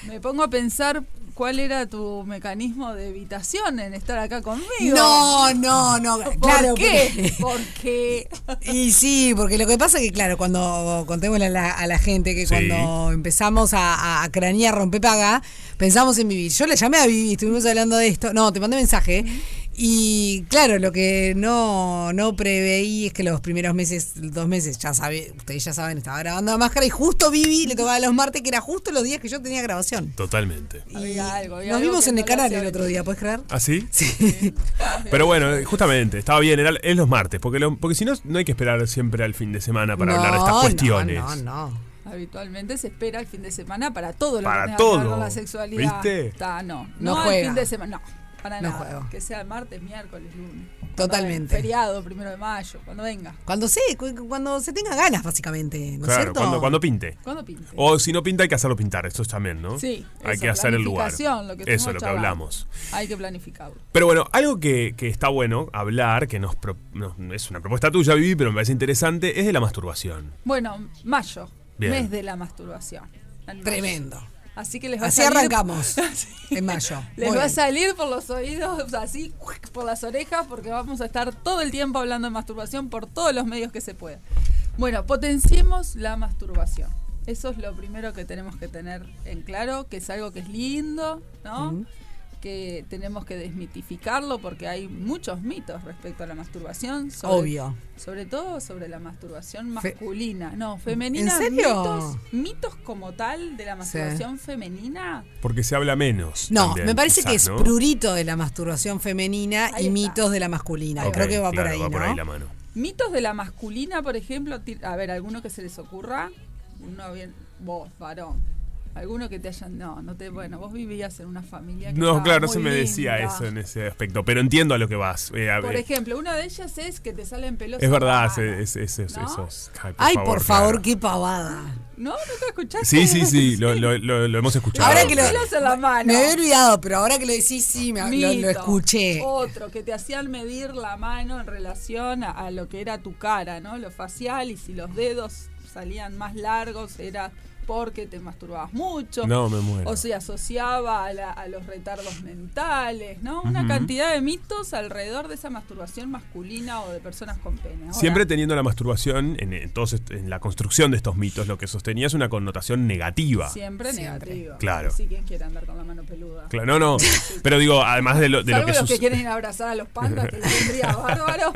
L: Me pongo a pensar cuál era tu mecanismo de evitación en estar acá conmigo.
D: No, no, no.
L: ¿Por
D: Claro,
L: qué? Porque
D: Y sí, porque lo que pasa es que, claro, cuando contémosle a la, a la gente que
L: Sí.
D: cuando empezamos a, a, a cranear Rompepaga, pensamos en Vivi. Yo le llamé a Vivi, estuvimos hablando de esto. No, te mandé mensaje. Y claro, lo que no, no preveí es que los primeros meses, dos meses, ya sabe, ustedes ya saben, estaba grabando la máscara y justo Vivi le tocaba los martes, que era justo los días que yo tenía grabación.
E: Totalmente.
D: Y
L: había
D: nos
L: algo
D: vimos
L: que
D: en
L: no lo
D: el canal
L: hacía
D: el otro día, ¿puedes creer?
E: ¿Ah, sí? Pero bueno, eh, justamente, estaba bien, era, es los martes, porque, lo- porque si no, no hay que esperar siempre al fin de semana para hablar de
L: No,
E: estas
L: no,
E: cuestiones.
L: habitualmente se espera el fin de semana para todo lo
E: Para
L: que tenga que ver
E: todo.
L: con la sexualidad.
E: ¿Viste?
L: Está, no,
D: No
L: no,
D: juega.
L: el fin de semana, no, para
D: No
L: nada.
D: juego.
L: Que sea martes, miércoles, lunes. Cuando
D: Totalmente.
L: venga, Feriado, primero de mayo, cuando venga.
D: Cuando sé, cu- cuando se tenga ganas, básicamente, ¿no es
E: Claro,
D: cierto?
E: cuando, cuando pinte.
L: Cuando pinte.
E: O si no pinta, hay que hacerlo pintar, eso también, ¿no?
L: Sí,
E: Hay
L: eso,
E: que hacer el lugar.
L: planificación, lo que
E: eso
L: estuvimos
E: es lo que
L: charlando.
E: hablamos.
L: Hay que planificarlo.
E: Pero bueno, algo que, que está bueno hablar, que nos, pro- nos- es una propuesta tuya, Vivi, pero me parece interesante, es de la masturbación.
L: Bueno, mayo,
E: Bien.
L: mes de la masturbación. El mayo.
D: Tremendo.
L: Así que les va
D: Así
L: a salir,
D: arrancamos en mayo.
L: Les
D: Muy
L: va a
D: bien.
L: salir por los oídos, así, cuic, por las orejas, porque vamos a estar todo el tiempo hablando de masturbación por todos los medios que se pueda. Bueno, potenciemos la masturbación. Eso es lo primero que tenemos que tener en claro, que es algo que es lindo, ¿no?
M: Mm.
L: Que tenemos que desmitificarlo porque hay muchos mitos respecto a la masturbación.
D: Obvio.
L: Sobre todo sobre la masturbación
D: Fe-
L: masculina. no, femenina.
D: ¿En serio?
L: Mitos, mitos como tal de la masturbación femenina.
E: Porque se habla menos.
D: No,
E: también,
D: me parece
E: quizás,
D: que es
E: ¿no?
D: prurito de la masturbación femenina y mitos de la masculina.
E: Ok,
D: Creo que va
E: claro,
D: por ahí,
E: va por
D: ¿no?
E: ahí la mano.
L: Mitos de la masculina, por ejemplo, ti- a ver, alguno que se les ocurra. uno bien, vos, varón, alguno que te hayan, no, no te, bueno, vos vivías en una familia que
E: No,
L: estaba
E: claro, no
L: muy
E: se me decía
L: linda.
E: eso en ese aspecto, pero entiendo a lo que vas. Eh, a
L: Por
E: ver,
L: ejemplo, una de ellas es que te salen pelos.
E: es verdad, es, es- es- esos. Ay,
D: Ay, por favor,
E: claro.
D: qué pavada.
L: No, no te escuchaste.
E: Sí, sí, sí, lo, lo- lo- lo hemos escuchado.
D: Ahora que lo,
L: Pelos en la mano.
D: me había olvidado, pero ahora que lo decís, sí, me, lo, lo
L: Mito.
D: escuché.
L: Otro, que te hacían medir la mano en relación a, a lo que era tu cara, ¿no? Lo facial y si los dedos salían más largos era porque te masturbabas mucho.
E: No, me muero.
L: O se asociaba a, la- a los retardos mentales, ¿no? Una
E: Ujú.
L: cantidad de mitos alrededor de esa masturbación masculina o de personas con pene. Ahora,
E: Siempre teniendo la masturbación en, en todos est- en la construcción de estos mitos, lo que sostenía es una connotación negativa.
L: Siempre, negativo.
E: Claro.
L: Sí, ¿quién quiere andar con la mano peluda?
E: Claro, no, no. Pero digo, además de lo, de lo
L: Salvo
E: que
L: los que
E: sucede.
L: quieren ir a abrazar a los pandas, que les vendría bárbaro.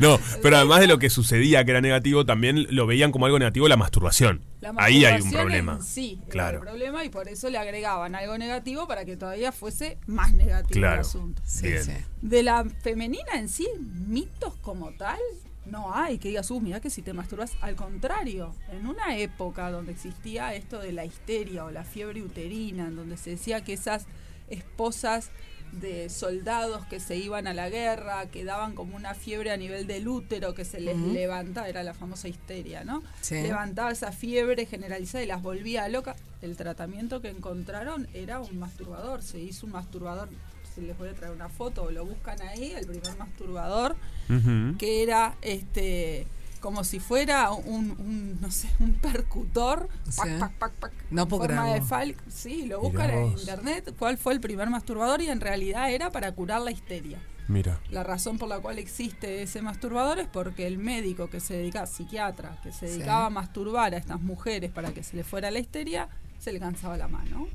E: No, pero además de lo que sucedía que era negativo, también lo veían como algo negativo la masturbación.
L: La
E: Ahí hay un
L: masturbación
E: problema.
L: en Sí, claro.
E: Claro.
L: el problema y por eso le agregaban algo negativo para que todavía fuese más negativo el
E: Claro.
L: asunto.
E: Bien.
L: De la femenina en sí, mitos como tal, no hay que digas, uh, mirá que si te masturbas. Al contrario, en una época donde existía esto de la histeria o la fiebre uterina, en donde se decía que esas esposas de soldados que se iban a la guerra, que daban como una fiebre a nivel del útero, que se les
D: Ujú.
L: levanta, era la famosa histeria, ¿no?
D: Sí.
L: Levantaba esa fiebre generalizada y las volvía loca. El tratamiento que encontraron era un masturbador, se hizo un masturbador, se les voy a traer una foto, o lo buscan ahí, el primer masturbador,
E: Ujú.
L: que era este como si fuera un, un, no sé, un percutor, pac, pac, pac, pac,
D: No
L: en
D: puedo
L: forma de
D: creerlo.
L: falc, sí, lo buscan en
E: vos.
L: internet, cuál fue el primer masturbador y en realidad era para curar la histeria.
E: Mira.
L: La razón por la cual existe ese masturbador es porque el médico que se dedicaba, psiquiatra, que se
D: Sí.
L: dedicaba a masturbar a estas mujeres para que se les fuera la histeria, se le cansaba la mano.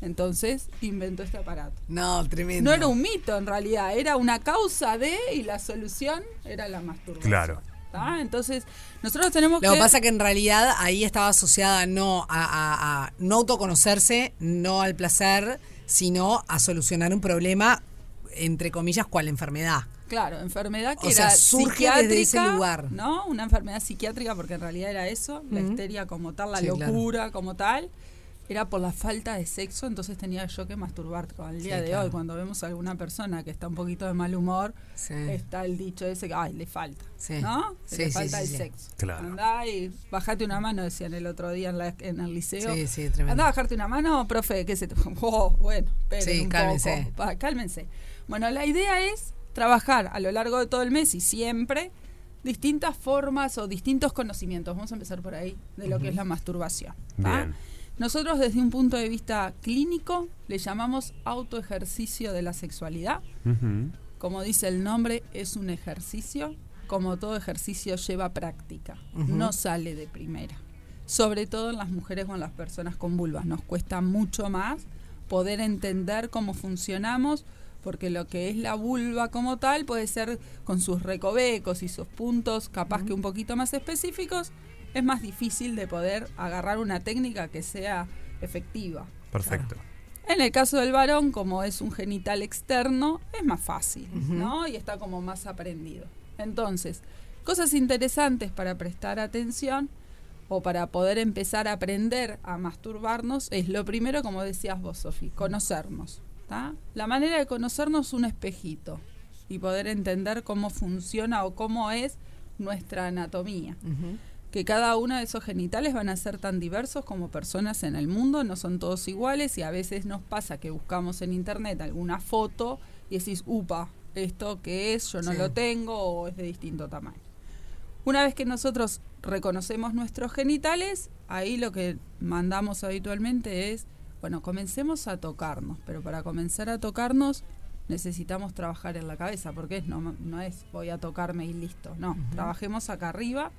L: Entonces inventó este aparato.
D: No, tremendo.
L: No era un mito en realidad, era una causa de y la solución era la masturbación.
E: Claro.
L: ¿tá? Entonces, nosotros tenemos
D: Lo que
L: que...
D: pasa que en realidad ahí estaba asociada no a, a- a no autoconocerse, no al placer, sino a solucionar un problema, entre comillas, cual enfermedad.
L: Claro, enfermedad que
D: O
L: era
D: sea, surge desde ese
L: psiquiátrica,
D: lugar.
L: ¿no? Una enfermedad psiquiátrica porque en realidad era eso, la
D: Ujú.
L: histeria como tal, la
D: Sí, claro.
L: locura como tal. Era por la falta de sexo, entonces tenía yo que masturbar. Con el día
D: Sí,
L: de
D: claro.
L: hoy, cuando vemos a alguna persona que está un poquito de mal humor, está el dicho ese que, ay, le falta,
D: Sí.
L: ¿no?
D: Sí,
L: le
D: sí,
L: falta
D: sí,
L: el
D: sí.
L: sexo.
E: Claro.
L: Andá y bajate una mano, decían el otro día en, la- en el liceo.
D: Sí, sí, tremendo.
L: Andá a bajarte una mano, profe, que se te... Oh, bueno, pero
D: Sí, cálmense.
L: cálmense. cálmense. Bueno, la idea es trabajar a lo largo de todo el mes y siempre distintas formas o distintos conocimientos. Vamos a empezar por ahí, de lo que es la masturbación. ¿va?
E: Bien.
L: Nosotros desde un punto de vista clínico le llamamos autoejercicio de la sexualidad.
D: ¿ah?
E: Ujú.
L: Como dice el nombre, es un ejercicio. Como todo ejercicio lleva práctica,
B: Ujú.
L: no sale de primera. Sobre todo en las mujeres o en las personas con vulvas. Nos cuesta mucho más poder entender cómo funcionamos, porque lo que es la vulva como tal puede ser con sus recovecos y sus puntos, capaz que un poquito más específicos, es más difícil de poder agarrar una técnica que sea efectiva.
E: Perfecto.
L: En el caso del varón, como es un genital externo, es más fácil, ¿no? Y está como más aprendido. Entonces, cosas interesantes para prestar atención o para poder empezar a aprender a masturbarnos es lo primero, como decías vos, Sofi, conocernos. ¿tá? La manera de conocernos es un espejito y poder entender cómo funciona o cómo es nuestra anatomía que cada uno de esos genitales van a ser tan diversos como personas en el mundo, no son todos iguales y a veces nos pasa que buscamos en internet alguna foto y decís, upa, esto que es, yo no
B: Sí.
L: lo tengo o es de distinto tamaño. Una vez que nosotros reconocemos nuestros genitales, ahí lo que mandamos habitualmente es, bueno, comencemos a tocarnos, pero para comenzar a tocarnos necesitamos trabajar en la cabeza, porque es, no, no es voy a tocarme y listo, no, trabajemos acá arriba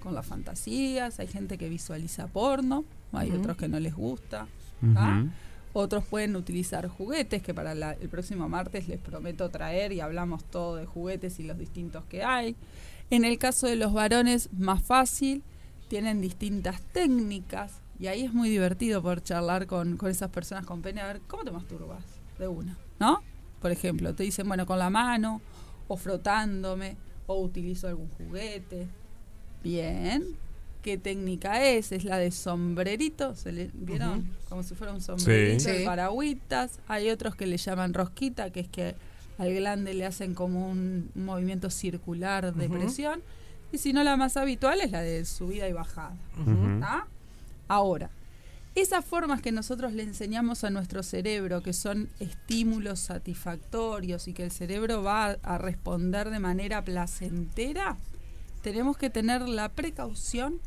L: con las fantasías, hay gente que visualiza porno, hay
B: Ujú.
L: otros que no les gusta, ¿ah?
B: Ujú.
M: ¿Ah?
L: ¿tá? otros pueden utilizar juguetes, que para la- el próximo martes les prometo traer y hablamos todo de juguetes y los distintos que hay. En el caso de los varones, más fácil, tienen distintas técnicas y ahí es muy divertido poder charlar con, con esas personas con pene, a ver, ¿cómo te masturbas? De una, ¿no? Por ejemplo, te dicen, bueno, con la mano, o frotándome, o utilizo algún juguete. Bien. qué técnica es, es la de sombrerito, ¿se le, ¿vieron?
M: Ujú.
L: Como si fuera un sombrerito
M: Sí.
L: de paragüitas. Hay otros que le llaman rosquita, que es que al glande le hacen como un movimiento circular de
M: Ujú.
L: presión. Y si no, la más habitual es la de subida y bajada.
M: Ujú.
L: ¿tá? Ahora, esas formas que nosotros le enseñamos a nuestro cerebro, que son estímulos satisfactorios y que el cerebro va a, a responder de manera placentera, tenemos que tener la precaución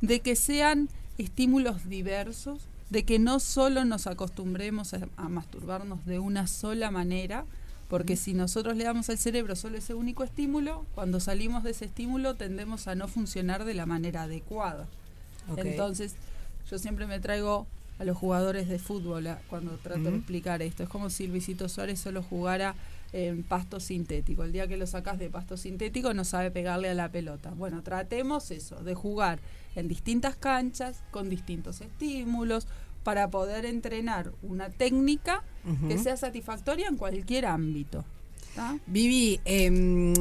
L: de que sean estímulos diversos, de que no solo nos acostumbremos a, a masturbarnos de una sola manera, porque si nosotros le damos al cerebro solo ese único estímulo, cuando salimos de ese estímulo tendemos a no funcionar de la manera adecuada.
M: Ok.
L: Entonces, yo siempre me traigo a los jugadores de fútbol a- cuando trato de
M: Ujú.
L: explicar esto. Es como si Luisito Suárez solo jugara en pasto sintético. El día que lo sacas de pasto sintético no sabe pegarle a la pelota. Bueno, tratemos eso, de jugar en distintas canchas, con distintos estímulos, para poder entrenar una técnica
D: Ujú.
L: que sea satisfactoria en cualquier ámbito. ¿tá?
D: Vivi, em,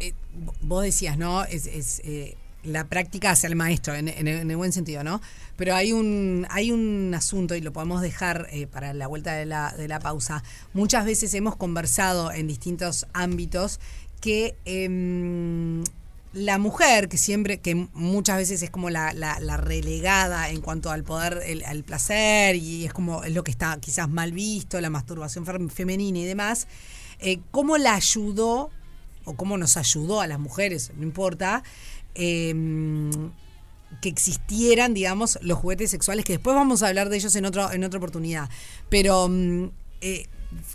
D: eh, vos decías, ¿no? Es, es, eh, la práctica hacia el maestro, en, en el- en el buen sentido, ¿no? Pero hay un, hay un asunto, y lo podemos dejar eh, para la vuelta de la, de la pausa. Muchas veces hemos conversado en distintos ámbitos que em, la mujer, que siempre, que muchas veces es como la, la- la relegada en cuanto al poder, el- al placer, y es como es lo que está quizás mal visto, la masturbación fem- femenina y demás, eh, ¿cómo la ayudó o cómo nos ayudó a las mujeres, no importa, eh, que existieran, digamos, los juguetes sexuales, que después vamos a hablar de ellos en, otro, en otra oportunidad, pero mm, eh,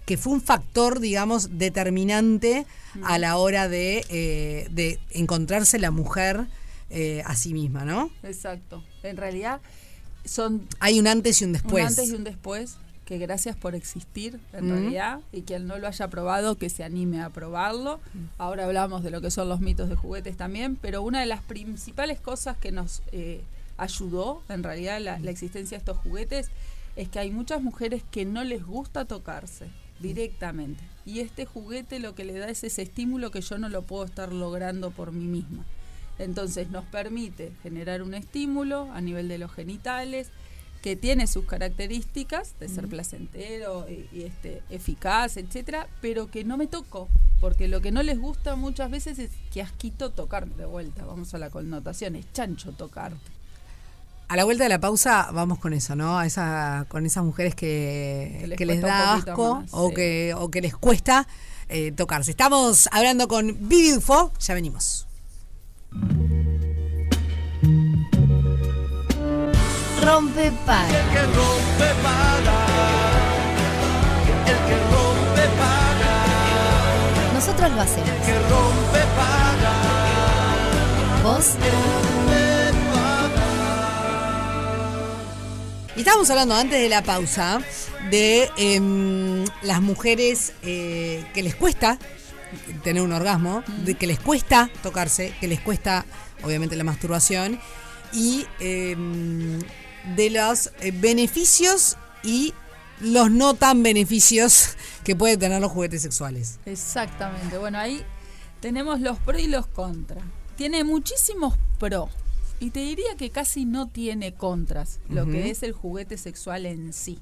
D: que fue un factor, digamos, determinante a la hora de, eh, de encontrarse la mujer eh, a sí misma, ¿no?
L: Exacto. En realidad son
D: Hay un antes y un después.
L: Un antes y un después, que gracias por existir, en
D: Mm.
L: realidad, y quien no lo haya probado, que se anime a probarlo.
D: Mm.
L: Ahora hablamos de lo que son los mitos de juguetes también, pero una de las principales cosas que nos eh, ayudó, en realidad, la, la existencia de estos juguetes, es que hay muchas mujeres que no les gusta tocarse directamente. Y este juguete lo que le da es ese estímulo que yo no lo puedo estar logrando por mí misma. Entonces nos permite generar un estímulo a nivel de los genitales, que tiene sus características de ser
M: Ujú.
L: placentero y, y, este, eficaz, etcétera, pero que no me toco, porque lo que no les gusta muchas veces es que asquito tocar de vuelta. Vamos a la connotación, es chancho tocar.
D: A la vuelta de la pausa vamos con eso, ¿no? A esa, con esas mujeres que, que
L: Que
D: les,
L: les cuesta
D: da
L: un poquito
D: asco
L: más,
D: o,
L: sí.
D: que, o que les cuesta eh, tocarse. Estamos hablando con Vivi Dufo, ya venimos.
A: Rompe para. Nosotros lo hacemos. Vos
D: Y estábamos hablando antes de la pausa de em, las mujeres eh, que les cuesta tener un orgasmo,
L: Mm.
D: de que les cuesta tocarse, que les cuesta obviamente la masturbación y em, de los eh, beneficios y los no tan beneficios que pueden tener los juguetes sexuales.
L: Exactamente. Bueno, ahí tenemos los pro y los contra. Tiene muchísimos pro. Y te diría que casi no tiene contras, lo
M: Ujú.
L: que es el juguete sexual en sí.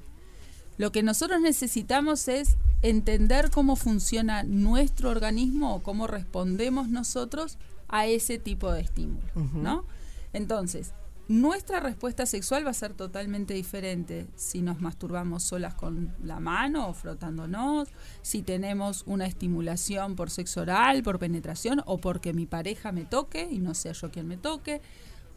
L: Lo que nosotros necesitamos es entender cómo funciona nuestro organismo o cómo respondemos nosotros a ese tipo de estímulo,
M: Ujú.
L: ¿no? Entonces, nuestra respuesta sexual va a ser totalmente diferente si nos masturbamos solas con la mano o frotándonos, si tenemos una estimulación por sexo oral, por penetración o porque mi pareja me toque y no sea yo quien me toque,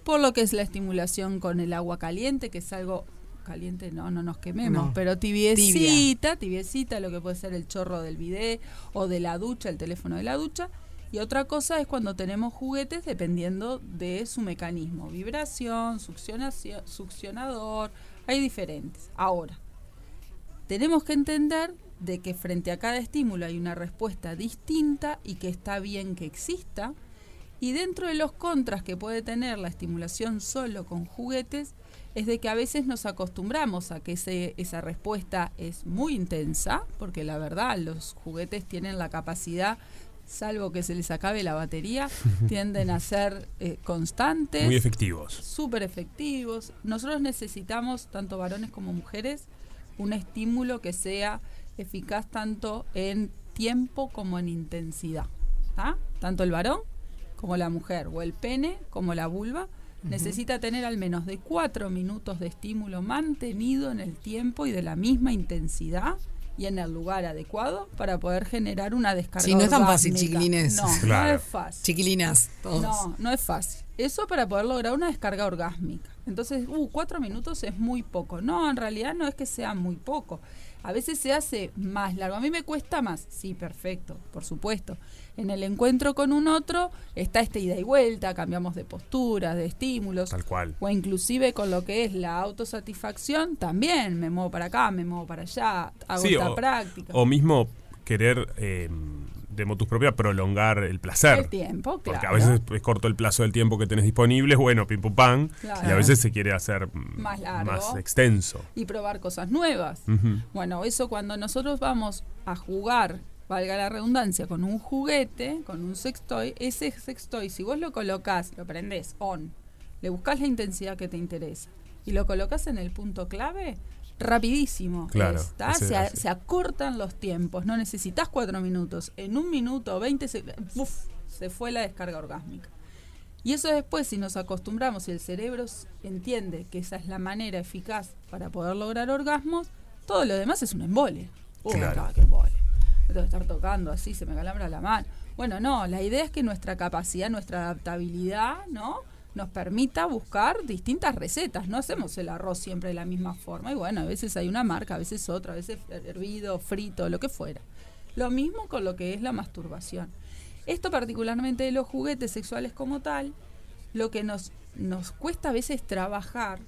L: por lo que es la estimulación con el agua caliente, que es algo caliente, no, no nos quememos,
M: No.
L: pero tibiecita, tibiecita, lo que puede ser el chorro del bidet o de la ducha, el teléfono de la ducha. Y otra cosa es cuando tenemos juguetes dependiendo de su mecanismo, vibración, succionación- succionador, hay diferentes. Ahora, tenemos que entender de que frente a cada estímulo hay una respuesta distinta y que está bien que exista. Y dentro de los contras que puede tener la estimulación solo con juguetes es de que a veces nos acostumbramos a que ese- esa respuesta es muy intensa, porque la verdad los juguetes tienen la capacidad salvo que se les acabe la batería, tienden a ser eh, constantes.
E: Muy efectivos.
L: Súper efectivos. Nosotros necesitamos, tanto varones como mujeres, un estímulo que sea eficaz tanto en tiempo como en intensidad. ¿tá? Tanto el varón como la mujer, o el pene como la vulva, necesita tener al menos de cuatro minutos de estímulo mantenido en el tiempo y de la misma intensidad y en el lugar adecuado para poder generar una descarga.
D: Sí, no es tan fácil,
L: orgásmica.
D: chiquilines.
L: No, no
D: Claro.
L: es fácil.
D: Chiquilinas, todos.
L: No, no es fácil. Eso para poder lograr una descarga orgásmica. Entonces, uh, cuatro minutos es muy poco. No, en realidad no es que sea muy poco. A veces se hace más largo. A mí me cuesta más. Sí, perfecto, por supuesto. En el encuentro con un otro está esta ida y vuelta, cambiamos de posturas, de estímulos.
E: Tal cual.
L: O inclusive con lo que es la autosatisfacción, también me muevo para acá, me muevo para allá, hago
E: Sí,
L: esta
E: o,
L: práctica.
E: o mismo querer eh, de motus propia prolongar el placer.
L: El tiempo,
E: Porque
L: claro.
E: a veces es corto el plazo del tiempo que tenés disponible, bueno, pim pum pam,
L: Claro.
E: y a veces se quiere hacer mm,
L: Más largo.
E: más extenso.
L: y probar cosas nuevas.
E: Ujú.
L: Bueno, eso cuando nosotros vamos a jugar, valga la redundancia, con un juguete, con un sextoy, ese sextoy, si vos lo colocás, lo prendés on, le buscas la intensidad que te interesa y lo colocas en el punto clave, rapidísimo.
E: Claro,
L: está,
E: ese-
L: se, a-
E: ese.
L: se acortan los tiempos, no necesitas cuatro minutos, en un minuto, 20 segundos, se fue la descarga orgásmica. Y eso después, si nos acostumbramos y el cerebro s- entiende que esa es la manera eficaz para poder lograr orgasmos, todo lo demás es un embole. Uy,
M: Claro.
L: acá, qué embole. Me tengo que estar tocando así, se me calambra la mano. Bueno, no, la idea es que nuestra capacidad, nuestra adaptabilidad, ¿no? Nos permita buscar distintas recetas. No hacemos el arroz siempre de la misma forma. Y bueno, a veces hay una marca, a veces otra, a veces hervido, frito, lo que fuera. Lo mismo con lo que es la masturbación. Esto particularmente de los juguetes sexuales como tal, lo que nos, nos cuesta a veces trabajar.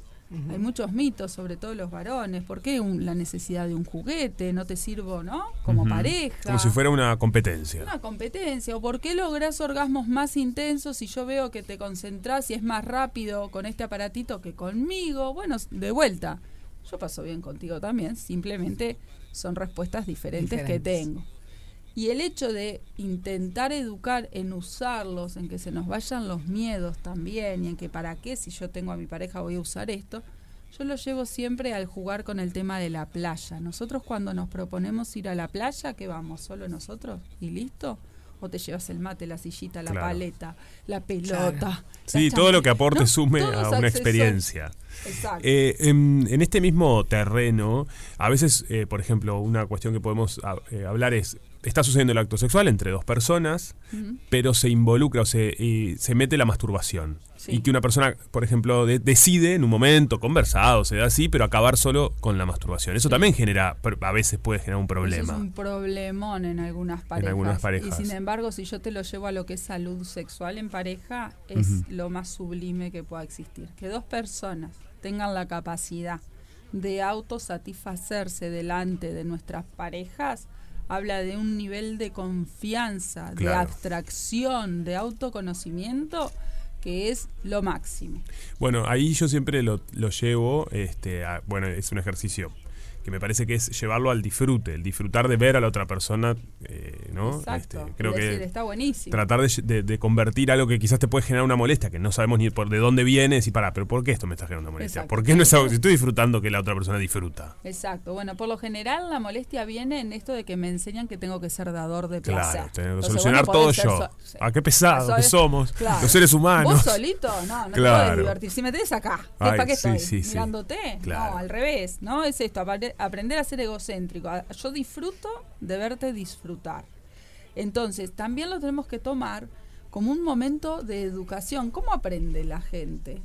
L: Hay muchos mitos, sobre todo los varones. ¿Por qué un- la necesidad de un juguete? No te sirvo, ¿no? Como
E: Ujú.
L: pareja.
E: Como si fuera una competencia.
L: Una competencia. ¿O por qué lográs orgasmos más intensos si yo veo que te concentrás y es más rápido con este aparatito que conmigo? Bueno, s- de vuelta. Yo paso bien contigo también. Simplemente son respuestas diferentes,
M: Diferentes.
L: que tengo. Y el hecho de intentar educar en usarlos, en que se nos vayan los miedos también, y en que para qué si yo tengo a mi pareja voy a usar esto, yo lo llevo siempre al jugar con el tema de la playa. Nosotros cuando nos proponemos ir a la playa, ¿qué vamos? ¿Solo nosotros? ¿Y listo? ¿O te llevas el mate, la sillita, la
E: Claro.
L: paleta, la pelota? la
E: Sí, todo lo que
L: chamarra?
E: aporte
L: No,
E: sume
L: todos
E: a una
L: accesorios.
E: experiencia.
L: Exacto.
E: Eh, en, en este mismo terreno, a veces, eh, por ejemplo, una cuestión que podemos ah, eh, hablar es, está sucediendo el acto sexual entre dos personas,
M: Ujú.
E: pero se involucra o se, y se mete la masturbación. Y que una persona, por ejemplo, de- decide en un momento, conversado, se da así, pero acabar solo con la masturbación. Eso también genera, per- a veces puede generar un
L: Eso
E: problema.
L: es un problemón en algunas parejas.
E: algunas parejas.
L: Y sin embargo, si yo te lo llevo a lo que es salud sexual en pareja, es
E: Ujú.
L: lo más sublime que pueda existir. Que dos personas tengan la capacidad de autosatisfacerse delante de nuestras parejas, habla de un nivel de confianza, de
E: Claro.
L: abstracción, de autoconocimiento, que es lo máximo.
E: Bueno, ahí yo siempre lo, lo llevo, este, a- bueno, es un ejercicio que me parece que es llevarlo al disfrute, el disfrutar de ver a la otra persona, eh, ¿no?
L: Exacto.
E: Este, creo
L: Es decir,
E: que
L: está buenísimo.
E: tratar de, lle- de- de convertir algo que quizás te puede generar una molestia, que no sabemos ni por de dónde viene, y pará, pero ¿por qué esto me está generando molestia?
L: Exacto.
E: ¿Por qué no es algo que estoy disfrutando que la otra persona disfruta?
L: Exacto. Bueno, por lo general la molestia viene en esto de que me enseñan que tengo que ser dador de
E: Claro, tengo
L: placer.
E: que
L: Entonces,
E: solucionar
L: vos no
E: todo
L: podés ser
E: yo.
L: so-
E: Ah, qué pesado
L: Soy-
E: que somos,
L: Claro.
E: los seres humanos.
L: Vos solito, no, no te podés
E: Claro.
L: divertir. Si me tenés acá, ¿qué-
E: Ay,
L: ¿para qué
E: sí,
L: estoy?
E: sí, sí.
L: ¿Mirándote?
E: Claro.
L: No, al revés, ¿no? Es esto, apare- aprender a ser egocéntrico. A- Yo disfruto de verte disfrutar. Entonces, también lo tenemos que tomar como un momento de educación. ¿Cómo aprende la gente?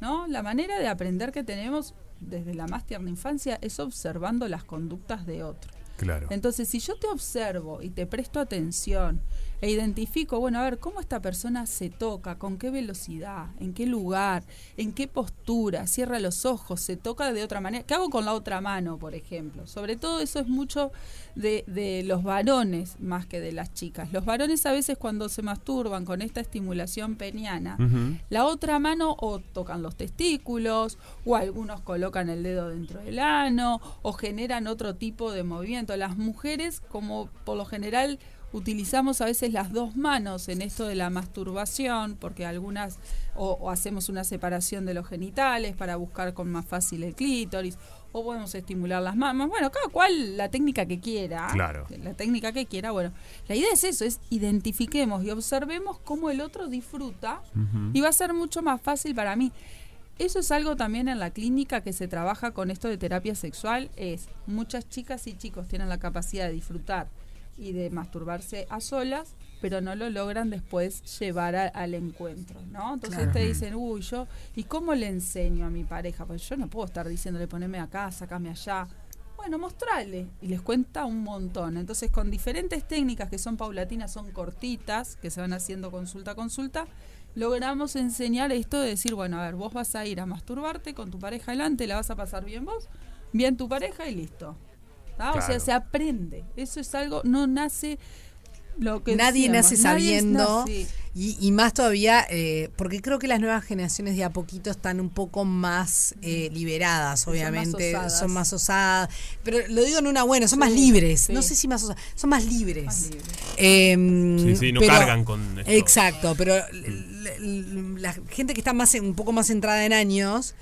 L: ¿No? La manera de aprender que tenemos desde la más tierna infancia es observando las conductas de otro.
E: Claro.
L: Entonces, si yo te observo y te presto atención e identifico, bueno, a ver, cómo esta persona se toca, con qué velocidad, en qué lugar, en qué postura, cierra los ojos, se toca de otra manera. ¿Qué hago con la otra mano, por ejemplo? Sobre todo eso es mucho de, de los varones más que de las chicas. Los varones a veces cuando se masturban con esta estimulación peniana,
M: Ujú.
L: la otra mano o tocan los testículos, o algunos colocan el dedo dentro del ano, o generan otro tipo de movimiento. Las mujeres, como por lo general utilizamos a veces las dos manos en esto de la masturbación, porque algunas o, o hacemos una separación de los genitales para buscar con más fácil el clítoris, o podemos estimular las mamas. Bueno, cada cual la técnica que quiera. ¿ah?
E: Claro.
L: La técnica que quiera. Bueno, la idea es eso, es identifiquemos y observemos cómo el otro disfruta
E: Ujú.
L: y va a ser mucho más fácil para mí. Eso es algo también en la clínica que se trabaja con esto de terapia sexual, es muchas chicas y chicos tienen la capacidad de disfrutar y de masturbarse a solas, pero no lo logran después llevar a- al encuentro, ¿no? Entonces
M: Claro.
L: te dicen, uy, yo, ¿y cómo le enseño a mi pareja? Pues yo no puedo estar diciéndole, poneme acá, sacame allá. Bueno, mostrale. Y les cuenta un montón. Entonces, con diferentes técnicas que son paulatinas, son cortitas, que se van haciendo consulta a consulta, logramos enseñar esto de decir, bueno, a ver, vos vas a ir a masturbarte con tu pareja adelante, la vas a pasar bien vos, bien tu pareja y listo. ¿Tá? O sea,
D: Claro.
L: se aprende. Eso es algo, no nace lo que
D: nadie
L: decíamos,
D: nace
L: nadie es- no,
D: sabiendo
L: sí.
D: y, y más todavía eh, porque creo que las nuevas generaciones de a poquito están un poco más eh, liberadas
L: más
D: obviamente son más,
L: osadas.
D: osadas pero lo digo en una buena son más
L: Sí,
D: libres
L: sí.
D: no sé si más osadas son más libres, Eh,
E: Sí, sí, no
D: pero-
E: cargan con esto. Mm.
D: exacto pero l- l- la gente que está más en- un poco más centrada en años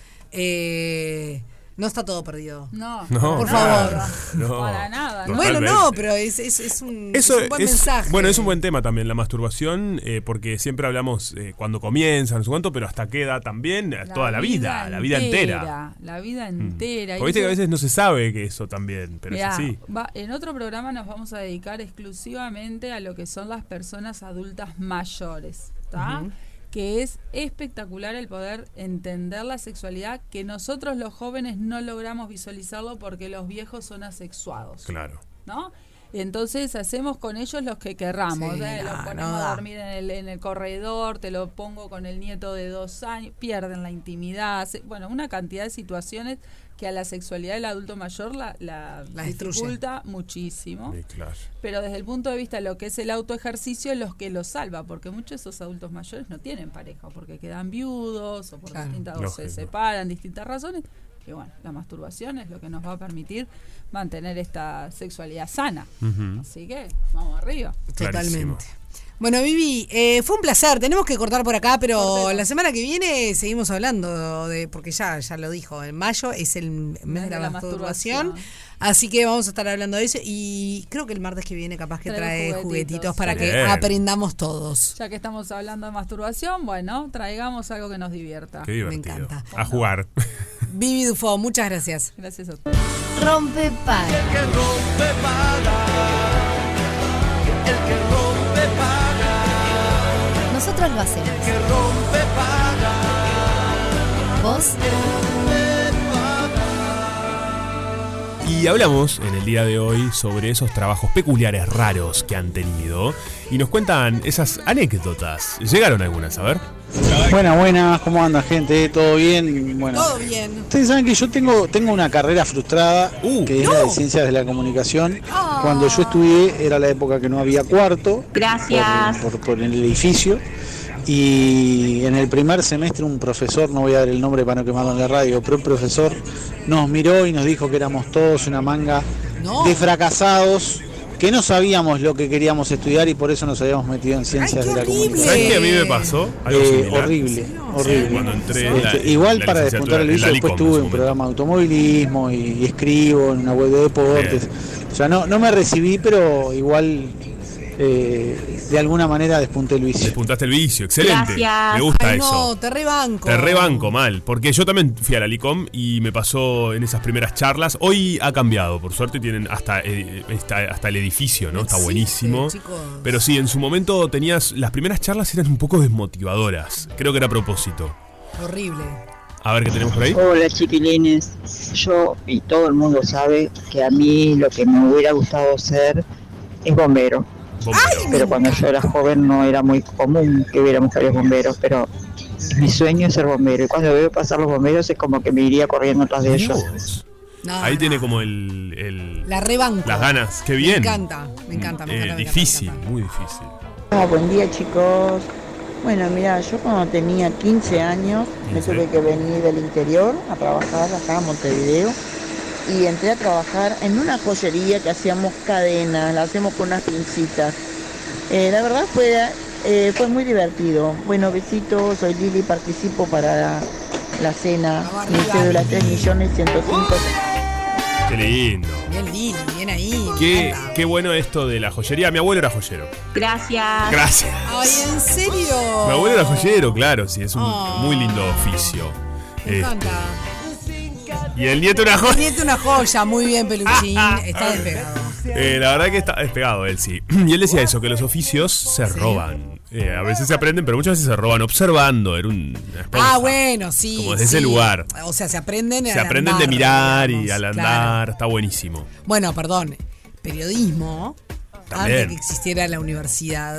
D: eh, no está todo perdido.
L: No,
E: No,
D: por
E: claro,
D: favor.
E: no. Para nada, no.
D: Bueno,
E: Totalmente.
D: no, pero es, es- es un,
E: Eso
D: es un buen mensaje.
E: Bueno, es un buen tema también la masturbación, eh, porque siempre hablamos eh, cuando comienza, no sé cuánto, pero hasta queda también eh, toda la vida, la vida entera. Mm.
L: La vida entera.
E: Porque viste
L: Y
E: que a
L: eso-
E: veces no se sabe que eso también, pero
L: Mirá,
E: es así.
L: va- en otro programa nos vamos a dedicar exclusivamente a lo que son las personas adultas mayores, ¿tá?
M: Ujú.
L: Que es espectacular el poder entender la sexualidad que nosotros los jóvenes no logramos visualizarlo porque los viejos son asexuados.
E: Claro.
L: ¿no? Entonces hacemos con ellos los que querramos.
D: Sí,
L: ¿eh?
D: no,
L: los
D: no
L: ponemos
D: da.
L: a dormir en el, en el corredor, te lo pongo con el nieto de dos años, pierden la intimidad. se- bueno, una cantidad de situaciones que a la sexualidad del adulto mayor la, la,
D: La destruye.
L: dificulta muchísimo.
E: Sí, claro.
L: Pero desde el punto de vista de lo que es el autoejercicio, los que lo salva, porque muchos de esos adultos mayores no tienen pareja, o porque quedan viudos, o por
D: Claro.
L: distintas, o se
D: Lógico.
L: separan, distintas razones. Y bueno, la masturbación es lo que nos va a permitir mantener esta sexualidad sana.
D: Ujú.
L: Así que vamos arriba.
D: Totalmente. Bueno, Vivi, eh, fue un placer. Tenemos que cortar por acá, pero la semana que viene seguimos hablando de, porque ya, ya lo dijo, en mayo es el mes de la,
L: la
D: masturbación. Así que vamos a estar hablando de eso y creo que el martes que viene capaz que
L: Traemos
D: trae juguetitos,
L: juguetitos.
D: para que
E: Bien.
D: aprendamos todos.
L: Ya que estamos hablando de masturbación, bueno, traigamos algo que nos divierta.
E: Qué divertido.
D: Me encanta.
E: A jugar.
D: Vivi Dufo, muchas gracias.
L: Gracias a
A: Rompe para.
C: El que rompe paga. El que rompe paga.
A: Nosotros lo hacemos. El
C: que rompe paga.
A: Vos
E: Y hablamos en el día de hoy sobre esos trabajos peculiares raros que han tenido y nos cuentan esas anécdotas. Llegaron algunas, a ver.
N: Buenas, buenas, ¿cómo anda gente? ¿Todo bien? Bueno,
D: Todo bien.
N: ustedes saben que yo tengo, tengo una carrera frustrada, que es la de ciencias de la comunicación. Cuando yo estudié era la época que no había cuarto.
J: Gracias.
N: Por, por- por el edificio. Y en el primer semestre un profesor, no voy a dar el nombre para no quemarlo en la radio, pero un profesor nos miró y nos dijo que éramos todos una manga de fracasados, que no sabíamos lo que queríamos estudiar y por eso nos habíamos metido en ciencias de la comunicación.
E: ¿Sabes qué a mí me pasó? Algo
N: Eh,
E: similar.
N: horrible,
E: Sí,
N: horrible.
E: cuando entré en la-
N: Este,
E: en
N: igual
E: la
N: para
E: licenciatura,
N: despuntar el
E: en la
N: vicio, después
E: LICOM en
N: tuve un programa de automovilismo y, y escribo en una web de deportes. O sea, no, no me recibí, pero igual eh, de alguna manera despunté el vicio.
E: Despuntaste el vicio, excelente. Me gusta
D: Ay,
E: eso.
D: No, te rebanco.
E: Te rebanco mal, porque yo también fui a la Licom y me pasó en esas primeras charlas. Hoy ha cambiado, por suerte tienen hasta, eh, está- hasta el edificio, ¿no? Está buenísimo. Pero sí, en su momento tenías. Las primeras charlas eran un poco desmotivadoras. Creo que era a propósito.
D: Horrible.
E: A ver qué tenemos por ahí.
O: Hola chiquilines, yo y todo el mundo sabe que a mí lo que me hubiera gustado ser es bombero. Pero cuando yo era joven no era muy común que hubiera mujeres bomberos, pero mi sueño es ser bombero. Y cuando veo pasar los bomberos es como que me iría corriendo atrás de ellos.
E: Ahí tiene como el. el-
D: La rebanco.
E: las ganas. Qué bien.
D: Me encanta, me encanta, me
E: Eh,
D: encanta. me encanta.
E: difícil, muy difícil.
P: Ah, buen día chicos. Bueno, mira, yo cuando tenía 15 años me
E: Quince.
P: tuve que venir del interior a trabajar acá a Montevideo y entré a trabajar en una joyería que hacíamos cadenas, la hacemos con unas pincitas. Eh, la verdad fue, eh, fue muy divertido. Bueno, besitos, soy Lili, participo para la, la cena. Mi cédula 3 millones 105.
E: Qué lindo.
D: Bien Lili, bien ahí.
E: Qué, qué bueno esto de la joyería. Mi abuelo era joyero.
J: Gracias.
E: Gracias.
D: Ay, ¿en serio?
E: Mi abuelo era joyero, claro, sí, es un
D: Oh.
E: muy lindo oficio.
D: Me
E: Eh,
D: encanta.
E: y el nieto era joya. Ah,
D: Nieto una joya, muy bien peluchín. Está despegado.
E: Eh, la verdad que está despegado él, sí. Y él decía eso, que los oficios se roban. Eh, a veces se aprenden, pero muchas veces se roban observando. Era un... una esponja.
D: Ah, bueno, sí.
E: Como desde
D: sí.
E: ese lugar.
D: O sea, se aprenden
E: Se
D: al
E: aprenden de
D: andar.
E: mirar y al
D: claro.
E: andar. Está buenísimo.
D: Bueno, perdón, periodismo, antes
E: También.
D: que existiera la universidad,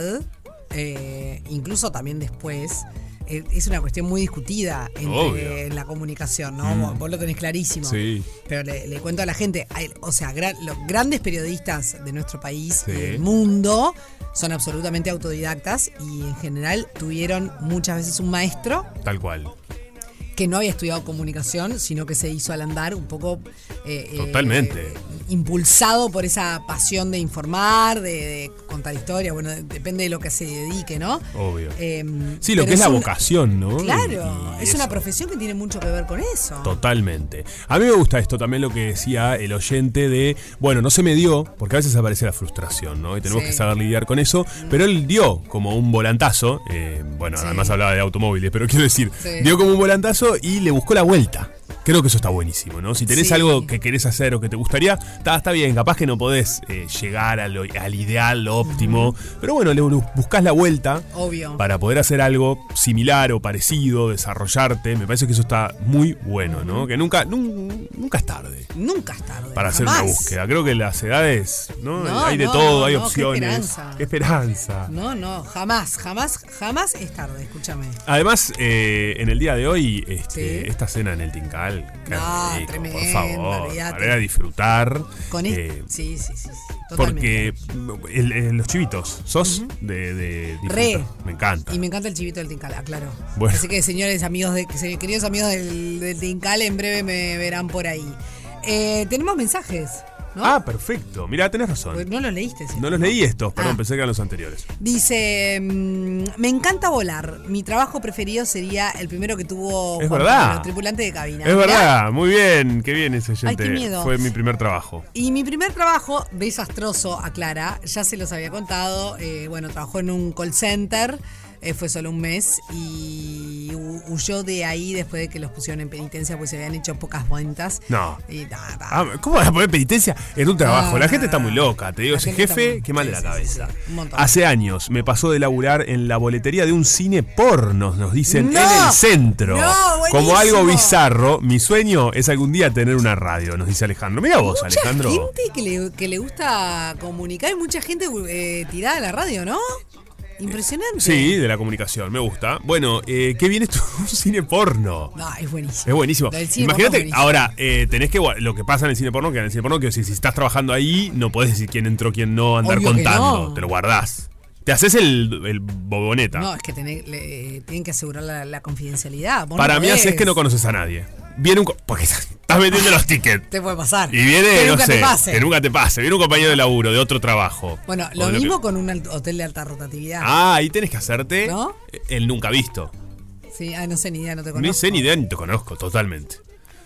D: eh, incluso también después, eh, es una cuestión muy discutida entre
E: Obvio.
D: la comunicación, ¿no?
E: Mm.
D: Vos- Vos lo tenés clarísimo.
E: Sí.
D: Pero le, le cuento a la gente, hay- o sea, gran- los grandes periodistas de nuestro país
E: Sí.
D: y del mundo son absolutamente autodidactas y en general tuvieron muchas veces un maestro
E: Tal cual.
D: que no había estudiado comunicación, sino que se hizo al andar un poco eh, eh,
E: Totalmente.
D: impulsado por esa pasión de informar, de, de contar historia, bueno, de- depende de lo que se dedique, ¿no?
E: Obvio.
D: Em,
E: Sí, lo
D: pero
E: que es la
D: un-
E: vocación, ¿no?
D: Claro,
E: Y- y
D: es
E: eso.
D: una profesión que tiene mucho que ver con eso.
E: Totalmente. A mí me gusta esto también lo que decía el oyente de, bueno, no se me dio, porque a veces aparece la frustración, ¿no? Y tenemos
D: Sí.
E: que saber lidiar con eso, pero él dio como un volantazo, eh, bueno,
D: Sí.
E: además hablaba de automóviles, pero quiero decir,
D: Sí.
E: dio como un volantazo y le buscó la vuelta. Creo que eso está buenísimo, ¿no? Si tenés
D: Sí.
E: algo que querés hacer o que te gustaría, está, está bien, capaz que no podés eh, llegar a lo- al ideal, lo óptimo, pero bueno, le bu- buscás la vuelta
D: Obvio.
E: para poder hacer algo similar o parecido, desarrollarte. Me parece que eso está muy bueno, ¿no? Que nunca, nun- nunca es tarde
D: Nunca es tarde.
E: para hacer
D: jamás.
E: una búsqueda. Creo que las edades, ¿no?
D: No,
E: hay de
D: no,
E: todo,
D: no,
E: hay
D: no, qué
E: opciones.
D: esperanza.
E: Qué esperanza.
D: No, no, jamás, jamás, jamás es tarde, escúchame.
E: Además, eh, en el día de hoy, este,
D: Sí.
E: esta cena en el Tincal, qué
D: No,
E: rico, por
D: tremendo,
E: favor,
D: olvídate.
E: para ir a disfrutar.
D: Con esto.
E: eh,
D: sí, sí, sí, sí, Totalmente.
E: porque el- el- los chivitos, sos de, de disfrutar.
D: Re.
E: Me encanta.
D: Y me encanta el chivito del Tincal, aclaro.
E: Bueno.
D: Así que, señores amigos, de, que se- queridos amigos del, del Tincal, en breve me verán por ahí. Eh, tenemos mensajes, ¿no?
E: Ah, perfecto. Mira, tenés
D: Pues
E: razón.
D: no los leíste. sí.
E: No los leí estos,
D: Ah.
E: perdón, pensé que eran los anteriores.
D: Dice, mm, me encanta volar. Mi trabajo preferido sería el primero que tuvo
E: Es
D: Juan
E: verdad.
D: Pablo, tripulante de cabina.
E: Es
D: Mirá.
E: verdad, muy bien, qué bien ese
D: Ay, qué
E: oyente.
D: miedo.
E: Fue mi primer trabajo.
D: Y mi primer trabajo, desastroso, aclara, ya se los había contado. eh, bueno, trabajó en un call center, eh, fue solo un mes y hu- huyó de ahí después de que los pusieron en penitencia porque se habían hecho pocas ventas.
E: No.
D: Y nada.
E: Ah, ¿Cómo vas a poner penitencia en un trabajo?
D: Ah,
E: la gente está muy loca, te digo, ese
D: gente está
E: jefe,
D: muy-
E: qué mal de la
D: sí,
E: cabeza.
D: Un montón.
E: Hace años me pasó de laburar en la boletería de un cine pornos, nos dicen,
D: ¡No!
E: en el centro.
D: ¡No, buenísimo!
E: Como algo bizarro, mi sueño es algún día tener una radio, nos dice Alejandro. Mira vos,
D: Mucha
E: Alejandro.
D: gente que le, que le gusta comunicar y mucha gente eh, tirada a la radio, ¿no? Impresionante.
E: Sí, de la comunicación, me gusta. Bueno, eh, qué bien esto, un cine porno.
D: No, es buenísimo.
E: Es buenísimo.
D: Lo del cine porno es
E: Imagínate,
D: buenísimo.
E: ahora, eh, tenés que. gua- Lo que pasa en el cine porno, que en el cine porno, que si, si estás trabajando ahí, no podés decir quién entró, quién no, andar
D: Obvio que
E: contando.
D: no.
E: Te lo guardás. Te haces el, el boboneta.
D: No, es que tener- le- eh, tienen que asegurar la, la confidencialidad. Vos no
E: Para mí,
D: podés.
E: haces que no conoces a nadie. Viene un. co- Porque estás vendiendo los tickets.
D: Te puede pasar.
E: Y viene,
D: Que
E: no
D: nunca
E: sé,
D: te pase.
E: que nunca te pase. Viene un compañero de laburo, de otro trabajo.
D: Bueno,
E: O
D: lo
E: de que-
D: mismo con un alt- hotel de alta rotatividad.
E: Ah, ahí tenés que hacerte
D: ¿No?
E: el nunca visto.
D: Sí, ah, no sé ni idea, no te
E: Ni
D: conozco.
E: sé ni idea ni te conozco, totalmente.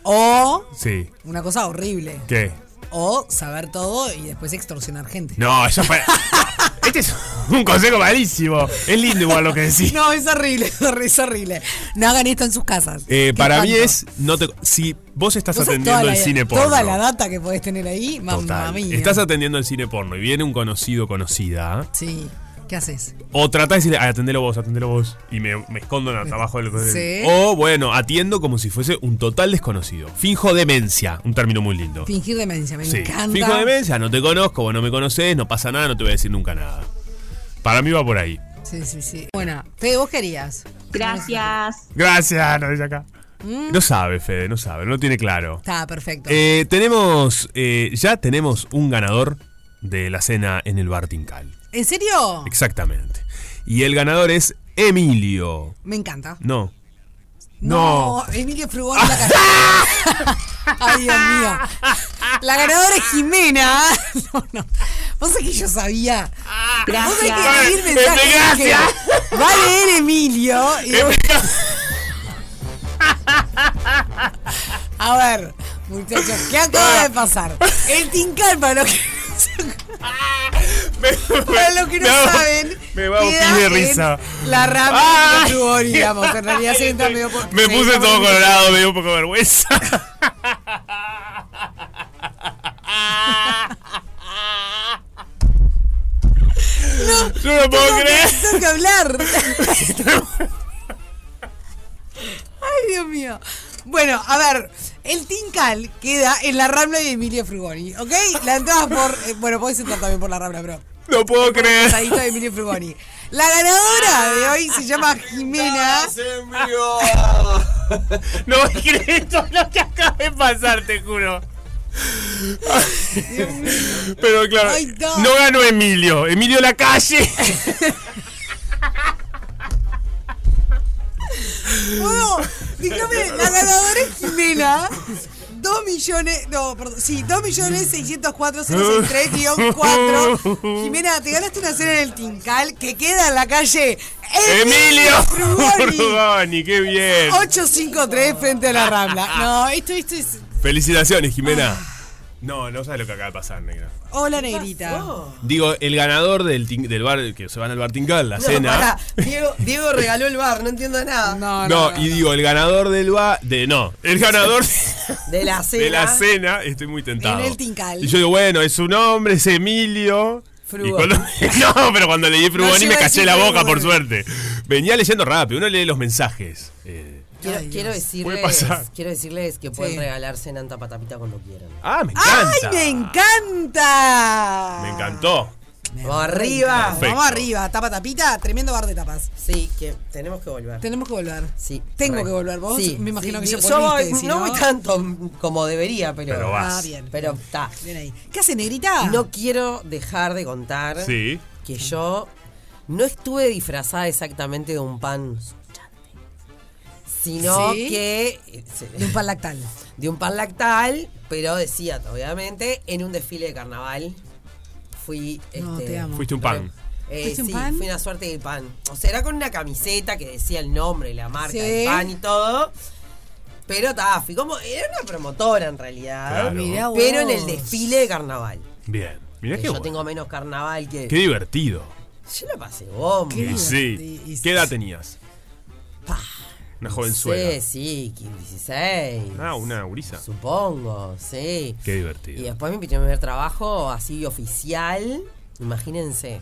D: O
E: Sí.
D: una cosa horrible.
E: ¿Qué?
D: O saber todo y después extorsionar gente.
E: No, eso fue. este es un consejo malísimo. Es lindo igual lo que decís.
D: No, es horrible, es horrible, es horrible. No hagan esto en sus casas.
E: Eh,
D: Qué
E: para mí
D: espanto.
E: es. No te, si vos estás
D: Vos sabés
E: atendiendo
D: toda
E: el
D: la-
E: cine porno.
D: Toda la data que podés tener ahí, mamá
E: total,
D: mía.
E: Estás atendiendo el cine porno y viene un conocido o conocida.
D: Sí. ¿Qué haces?
E: O tratás de decirle, "Ay, atendelo vos, atendelo vos. Y me, me escondo en el trabajo del.
D: Sí.
E: O bueno, atiendo como si fuese un total desconocido. Finjo demencia. Un término muy lindo.
D: Fingir demencia, me
E: Sí.
D: encanta.
E: Finjo demencia, no te conozco, vos no me conoces, no pasa nada, no te voy a decir nunca nada. Para mí va por ahí.
D: Sí, sí, sí. Bueno, Fede, vos querías.
J: Gracias.
E: Gracias, nos dice acá. No sabe, Fede, no sabe, no lo tiene claro.
D: Mm, Está perfecto.
E: Eh, tenemos, eh, ya tenemos un ganador de la cena en el bar Tincal.
D: ¿En
I: Ah.
D: serio?
E: Exactamente. Y el ganador es Emilio.
D: Me encanta.
E: No. No.
D: Emilio Frugón la ganadora. Ay, Dios mío. La ganadora es Jimena. No, no. Vos sabés que yo sabía. Vos sabés que
C: Gracias.
D: el mensaje es que Va a leer Emilio. y- a ver, muchachos, ¿qué acaba de pasar? El Tincal, para los que para los que no
C: me hago-
D: saben,
I: me va a
D: queda
I: opir de
D: en
I: risa.
D: La rama
I: Ay.
D: que tuvo, digamos. En realidad se entra medio por-
I: Me
D: se
I: puse
D: entra
I: todo
D: por-
I: colorado, me dio un poco de vergüenza.
D: No,
I: Yo no puedo creer.
D: Tengo que hablar. Ay, Dios mío. Bueno, a ver, el Tincal queda en la Rambla de Emilio Frugoni, ¿ok? La entrada por. eh, bueno, podés entrar también por la Rambla, pero.
I: No puedo creer.
D: Pasadito de Emilio Frugoni. La ganadora de hoy se llama Jimena.
I: No voy a creer todo lo que acaba de pasar, te juro. Pero claro, no ganó Emilio. Emilio la calle.
D: Bueno, dígame, la ganadora es Jimena. 2 millones, no, perdón, sí, 2 millones 604 4 Jimena, te ganaste una cena en el Tincal que queda en la calle
I: Emilio
D: Frugoni,
I: Frugoni, qué bien.
D: 853 frente a la Rambla. No, esto, esto es...
E: Felicitaciones, Jimena.
I: No, no sabes lo que acaba de pasar, negra.
D: Hola, negrita.
E: Digo, el ganador del, tin- del bar, que se van al bar Tincal, la cena.
M: pará. Diego, Diego regaló el bar, no entiendo nada. No,
E: No, y digo, el ganador del bar. De, no, el ganador
M: De la cena.
E: de la cena, estoy muy tentado.
M: En el Tincal.
E: Y yo digo, bueno, es un hombre, es Emilio. Y cuando- no, pero cuando leí Frugoni
M: No
E: me
M: lleva
E: caché
M: el
E: la boca,
M: Frugoni.
E: por suerte. Venía leyendo rápido, uno lee los mensajes. Eh,
M: Quiero,
D: Dios.
M: quiero
D: Puede
M: decirles,
D: pasar.
M: quiero decirles que pueden
D: Sí.
M: regalar cena en tapatapita cuando quieran.
E: Ah, me
D: ¡Ay, me encanta!
E: me encantó.
M: Vamos arriba.
E: Perfecto.
D: Vamos arriba, tapa tapita, tremendo bar de tapas.
M: Sí, que tenemos que volver.
D: Tenemos que volver.
M: Sí.
D: Tengo
M: re.
D: que volver vos.
M: Sí,
D: me imagino
M: sí,
D: que ya
M: yo
D: volviste,
M: voy-
D: si
M: no
D: no-
M: voy tanto como debería, pero.
D: Pero vas. Ah, bien.
M: Pero está.
D: Bien ahí. ¿Qué hace, negrita?
M: No quiero dejar de contar
E: Sí.
M: que yo no estuve disfrazada exactamente de un pan sino
D: Sí.
M: que... eh, De
D: un pan lactal.
M: De un pan lactal, pero decía, obviamente, en un desfile de carnaval fui...
D: No,
M: este,
D: te amo.
E: Fuiste un pan.
M: eh,
D: ¿Fuiste un
M: sí,
D: pan?
M: fui una suerte de pan. O sea, era con una camiseta que decía el nombre, y la marca
D: Sí.
M: del pan y todo. Pero estaba, fui como... Era una promotora en realidad.
E: Claro. Mirá vos.
M: Pero en el desfile de carnaval.
E: Bien. Mirá
M: Que
E: qué
M: yo
E: bueno.
M: tengo menos carnaval que...
E: Qué divertido.
M: Yo la pasé bomba.
E: Y sí. ¿Qué edad tenías? Una jovenzuela.
M: Sí, sí, 15, 16.
E: Ah, una gurisa.
M: Supongo, sí.
E: Qué divertido.
M: Y después me pidió mi primer trabajo así oficial. Imagínense.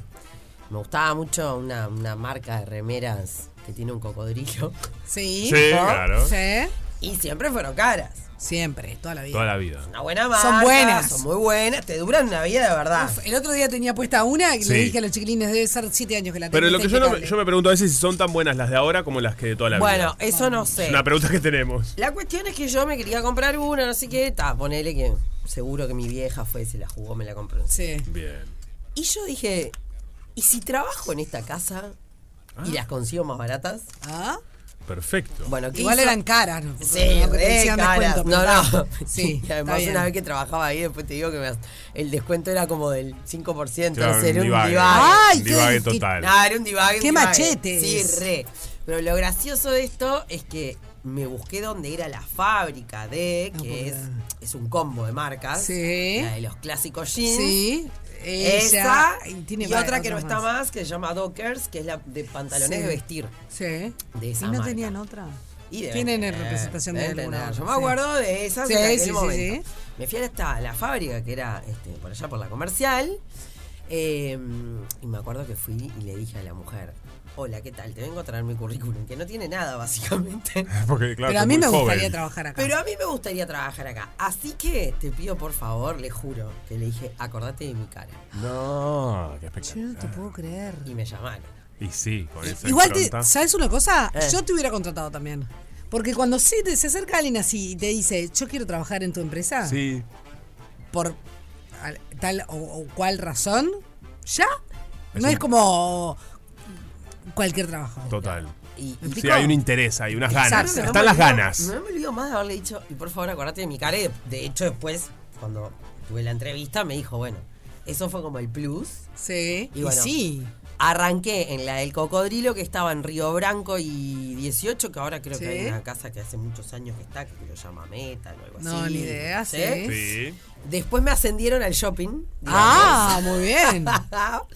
M: Me gustaba mucho una, una marca de remeras que tiene un cocodrilo.
D: Sí.
E: Sí, claro.
D: Sí.
M: ¿Eh? Y siempre fueron caras.
D: Siempre, toda la vida.
E: Toda la vida.
M: Una buena marca.
D: Son buenas.
M: Son muy buenas. Te duran una vida de verdad.
D: Uf, el otro día tenía puesta una y
E: Sí.
D: le dije a los chiquilines, debe ser siete años que la tengo.
E: Pero lo
D: está
E: que yo, no me-
D: impecable.
E: yo me pregunto a veces si son tan buenas las de ahora como las que de toda la
M: bueno,
E: vida.
M: eso no
E: Es
M: sé.
E: una pregunta que tenemos.
M: La cuestión es que yo me quería comprar una, no sé qué. Ta, ponele que seguro que mi vieja fue, se la jugó, me la compró.
D: Sí.
E: Bien.
M: Y yo dije, ¿y si trabajo en esta casa y las consigo más baratas?
D: Ah.
E: Perfecto.
M: Bueno, ¿qué
D: Igual
M: hizo?
D: eran caras. ¿no?
M: Sí,
D: Porque te
M: re
D: decían
M: caras.
D: descuento,
M: No,
D: pero
M: no.
D: está.
M: Sí,
D: Sí,
M: y además
D: está bien.
M: una vez que trabajaba ahí, después te digo que me- el descuento era como del 5%,
E: Claro,
M: entonces era
E: un
M: un
E: divague.
M: divague.
E: Ay, Un qué- divague total.
M: No, era un divague. un
D: Qué
M: divague.
D: machetes.
M: Sí, re. Pero lo gracioso de esto es que me busqué dónde era la fábrica de, que es, es un combo de marcas.
D: Ah, Sí.
M: La de los clásicos jeans.
D: Sí.
M: Esa.
D: Ella,
M: Y,
D: y tiene varias
M: otra que no
D: otras
M: está
D: más.
M: más, que se llama Dockers, que es la de pantalones
D: Sí.
M: de vestir.
D: Sí.
M: De esa
D: ¿Y no
M: marca.
D: tenían otra?
M: Y deben
D: Tienen en
M: tener,
D: representación de
M: deben
D: alguna.
M: tener. Yo me
D: otra, sí.
M: acuerdo de esas
D: Sí,
M: en aquel
D: sí, sí,
M: momento.
D: sí.
M: Me fui a esta- la fábrica que era este, por allá por la comercial. eh, y me acuerdo que fui y le dije a la mujer, hola, ¿qué tal? Te vengo a traer mi currículum, que no tiene nada básicamente.
E: Porque,
D: Pero a mí me gustaría trabajar acá.
M: Pero a mí me gustaría trabajar acá. Así que te pido por favor, le juro, que le dije, acordate de mi cara.
E: No, qué espectacular.
D: te puedo creer.
M: Y me llamaron.
E: Y sí, con esa
D: Igual, te,
E: impronta.
D: ¿sabes una cosa?
M: Eh.
D: Yo te hubiera contratado también. Porque cuando se, te- se acerca alguien así y te dice, yo quiero trabajar en tu empresa,
E: Sí.
D: por al- tal o, o cual razón, ya. no es como cualquier trabajo.
E: Total.
M: Y-
D: ¿Me
E: Sí,
D: explico?
E: hay un interés, hay unas ganas.
D: Exacto.
M: No me
E: Están las
M: olvido-
E: ganas.
M: No me olvido más de haberle dicho, y por favor acordate de mi cara. y de- De hecho, después, cuando tuve la entrevista, me dijo, bueno, Eso fue como el plus.
D: Sí.
M: Y, bueno,
D: sí.
M: Arranqué en la del cocodrilo que estaba en Río Branco y 18, que ahora creo
D: Sí.
M: que hay una casa que hace muchos años que está, que lo llama Meta o algo así.
D: No, ni idea, sí. Sí.
M: Después me ascendieron al shopping.
D: Ah, muy bien.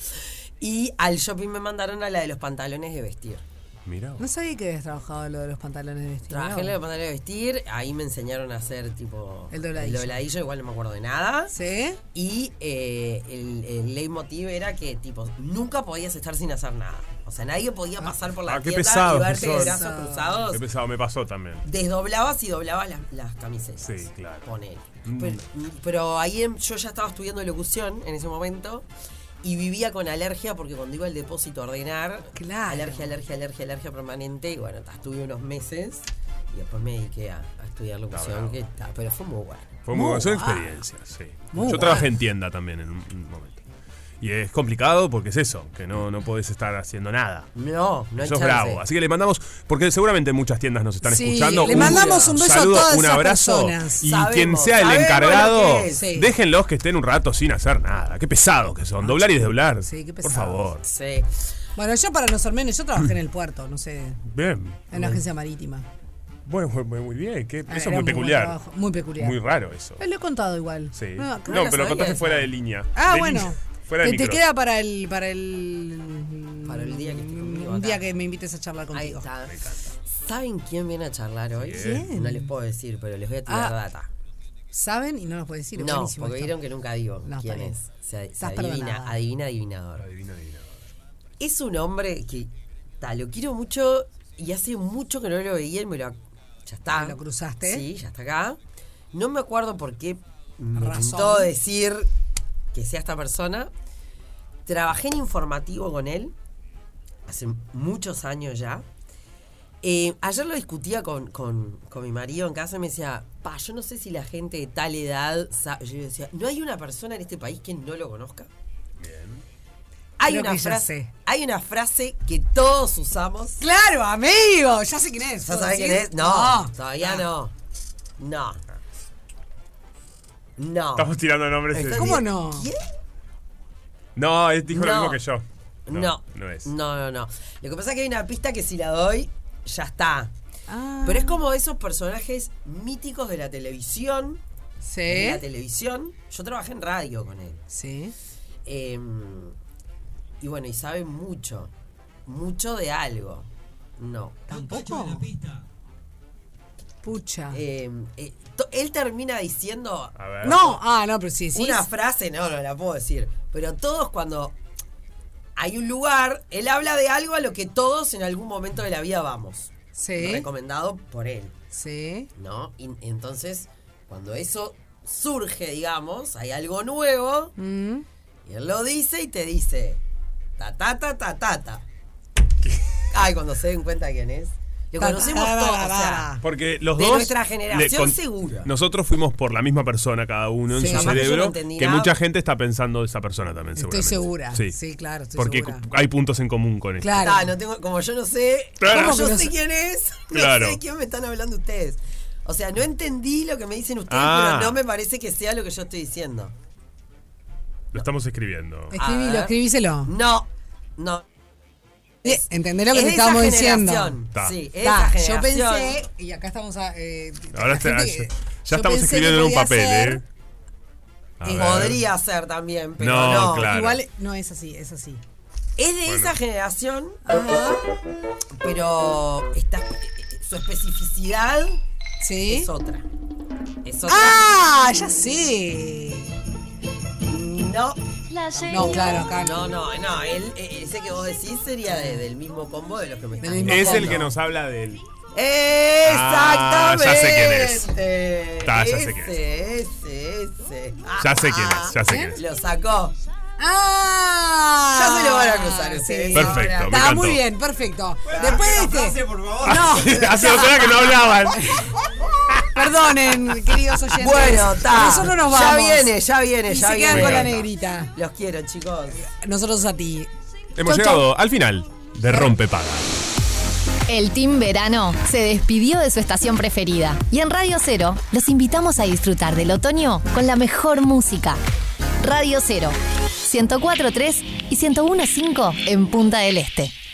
M: y al shopping me mandaron a la de los pantalones de vestir.
Q: Mira.
D: No sabía que habías trabajado lo de los pantalones de vestir.
M: Trabajé en
D: ¿no?
M: la de pantalones de vestir, ahí me enseñaron a hacer tipo.
D: El dobladillo.
M: igual no me acuerdo de nada. Sí. Y eh, el, el leitmotiv era que, tipo, nunca podías estar sin hacer nada. O sea, nadie podía pasar por la
E: Ah, qué
M: tienda
E: pesado.
M: y verte de
E: profesor.
M: brazos cruzados.
E: Qué pesado, me pasó también.
M: Desdoblabas y doblabas las, las camisetas.
E: Sí, claro.
M: Ponele.
E: Mm.
M: Pero, pero ahí em- yo ya estaba estudiando locución en ese momento y vivía con alergia porque cuando iba al depósito a ordenar, alergia, alergia, alergia, alergia permanente. Y bueno, ta, estuve unos meses y después me dediqué a, a estudiar locución.
E: bravo.
M: que ta, pero fue muy bueno.
E: Fue muy buena son
M: guay.
E: experiencias, sí.
M: Muy
E: Yo
M: guay.
E: trabajé en tienda también en un, un momento. Y es complicado porque es eso, que no, no podés estar haciendo nada.
M: No, no
E: Eso
M: hay
E: es
M: chance.
E: bravo. Así que le mandamos, porque seguramente muchas tiendas nos están
D: Sí,
E: escuchando.
D: le mandamos un beso a
E: saludo,
D: todas
E: un
D: esas
E: abrazo.
D: personas.
E: Y
D: Sabemos,
E: quien sea el
D: sabemos lo
E: encargado,
D: que es. Sí.
E: déjenlos que estén un rato sin hacer nada. Qué pesados que son. Doblar y desdoblar.
D: Sí, qué
E: Por
D: pesados.
E: favor.
M: Sí.
D: Bueno, yo para los armenios, yo trabajé en el puerto, no sé,
E: Bien.
D: en una agencia marítima.
E: Bueno, muy, muy- muy bien. qué- eso
D: Ah, era
E: es muy
D: muy buen
E: peculiar.
D: trabajo, muy peculiar.
E: Muy raro eso.
D: Eh, Lo he contado igual.
E: Sí.
D: No,
E: No,
D: creo que
E: pero
D: la
E: lo contaste
D: sabía
E: fuera
D: esa.
E: de línea.
D: Ah,
E: De
D: bueno.
E: línea. Fuera de
D: te, te
E: micro.
D: queda para el para el
M: Para el día que esté conmigo
D: un
M: acá.
D: día que me invites a charlar contigo.
M: ¿Saben quién viene a charlar hoy?
D: ¿Quién?
M: No les puedo decir, pero les voy a tirar
D: Ah,
M: data.
D: Saben y no nos puede decir. es
M: no, porque
D: buenísimo esto.
M: vieron que nunca digo
D: No, está
M: quién
D: bien.
M: es. Se, se
D: Estás
M: adivina,
D: perdonada.
M: adivina adivinador. Es un hombre que ta, lo quiero mucho y hace mucho que no lo veía y me lo. Ya está.
D: ¿Lo cruzaste?
M: Sí, ya está acá. No me acuerdo por qué me
D: Razón.
M: tentó decir que sea esta persona. Trabajé en informativo con él hace muchos años ya. Eh, ayer lo discutía con, con- con mi marido en casa y me decía, pa, yo no sé si la gente de tal edad sabe. Yo le decía, ¿no hay una persona en este país que no lo conozca? Hay
D: Creo
M: una
D: que ya
M: frase.
D: sé.
M: Hay una frase que todos usamos.
D: Claro, amigo, ya sé quién es.
M: ¿Ya
D: ¿Puedo
M: sabes quién
D: decir?
M: es? No, todavía no. No. No.
E: Estamos tirando nombres.
D: Eh,
M: Estás-
E: de-
M: ¿Cómo no? ¿Quién?
E: No, es- dijo lo
M: No.
E: mismo que yo.
M: No.
E: No, no es.
M: No, no, no. Lo que pasa es que hay una pista que si la doy, ya está.
D: Ah.
M: Pero es como esos personajes míticos de la televisión.
D: Sí.
M: De la televisión. Yo trabajé en radio con él. Em,
D: Sí.
M: y bueno, y sabe mucho. Mucho de algo. No.
D: ¿Tampoco? Pucha.
M: Eh, eh, to- él termina diciendo.
D: No, ah, no, pero sí, sí.
M: Una frase, no, no la puedo decir. Pero todos cuando hay un lugar, él habla de algo a lo que todos en algún momento de la vida vamos.
D: Sí.
M: Recomendado por él.
D: Sí.
M: ¿No? Y entonces, cuando eso surge, digamos, hay algo nuevo,
D: Mm.
M: y él lo dice y te dice, ta ta ta ta ta ta. Ay, cuando se den cuenta quién es. Lo
D: Ta, ta,
M: conocemos
D: ta, ta,
M: todos,
D: ta,
M: o sea,
E: Porque los
M: de
E: dos.
M: nuestra
E: le
M: generación seguro.
E: Nosotros fuimos por la misma persona cada uno
M: Sí.
E: en su
M: Capaz que yo no
E: cerebro.
M: entendí
E: que
M: nada.
E: mucha gente está pensando de esa persona también,
D: Estoy
E: seguramente.
D: segura.
E: Sí.
D: Sí, claro, estoy
E: Porque
D: segura.
E: cu- hay puntos en común con él.
D: Claro.
M: Ta, Ah, no tengo, como yo no sé,
E: Claro.
M: como
E: ¿Cómo
M: yo
E: que no
M: sé
E: sé?
M: quién es, no
E: Claro.
M: sé quién me están hablando ustedes. O sea, no entendí lo que me dicen ustedes,
E: Ah.
M: pero no me parece que sea lo que yo estoy diciendo.
E: Lo estamos escribiendo. Ah,
M: A
D: Escribilo,
M: ver.
D: escribíselo.
M: No, no.
D: Eh, Entendés lo que
M: es
D: te
M: de esa
D: estábamos diciendo.
M: generación. Ta. Sí, es
D: Ta,
M: esa
D: Yo
M: generación.
D: pensé, y acá estamos a, eh,
E: Ahora
D: la
E: está-
D: gente
E: ya,
D: que-
E: ya
D: yo
E: estamos
D: pensé
E: escribiendo
D: que
E: en un
D: podía
E: papel,
D: ser-
E: ¿eh? A
M: Eh,
E: ver.
M: podría ser también, pero
E: No,
M: no.
E: claro.
D: Igual no es así, es así.
M: Es de
E: Bueno.
M: esa generación, pero está, su especificidad es otra. Es otra.
D: ¡Ah! Ya sé.
M: No.
D: No, claro, acá
M: No, no, no. él- eh, ese que vos decís sería de- del mismo combo de los que me están
E: Es el que nos habla de él. Ah,
M: Exactamente.
E: ya sé quién es. Ta,
M: Ese,
E: ya sé quién
M: ese, ese.
E: Ya sé quién es, ya sé quién es.
M: Lo sacó.
D: ¡Ah!
M: Ya se lo van a cruzar ustedes.
E: Perfecto, me
D: Está
E: encantó.
D: muy bien, perfecto. Después de este. No.
E: Hace dos horas que no hablaban.
D: Perdonen, queridos oyentes.
M: Bueno, está.
D: Nosotros nos vamos.
M: Ya viene, ya viene,
D: Y
M: ya
D: se
M: viene.
D: quedan con la
E: Me encanta.
D: negrita.
M: Los quiero, chicos.
D: Nosotros a ti.
E: Hemos
D: Chau,
E: llegado al final de Rompepaga.
A: El Team Verano se despidió de su estación preferida y en Radio Cero los invitamos a disfrutar del otoño con la mejor música. Radio Cero, 1043 y 1015 en Punta del Este.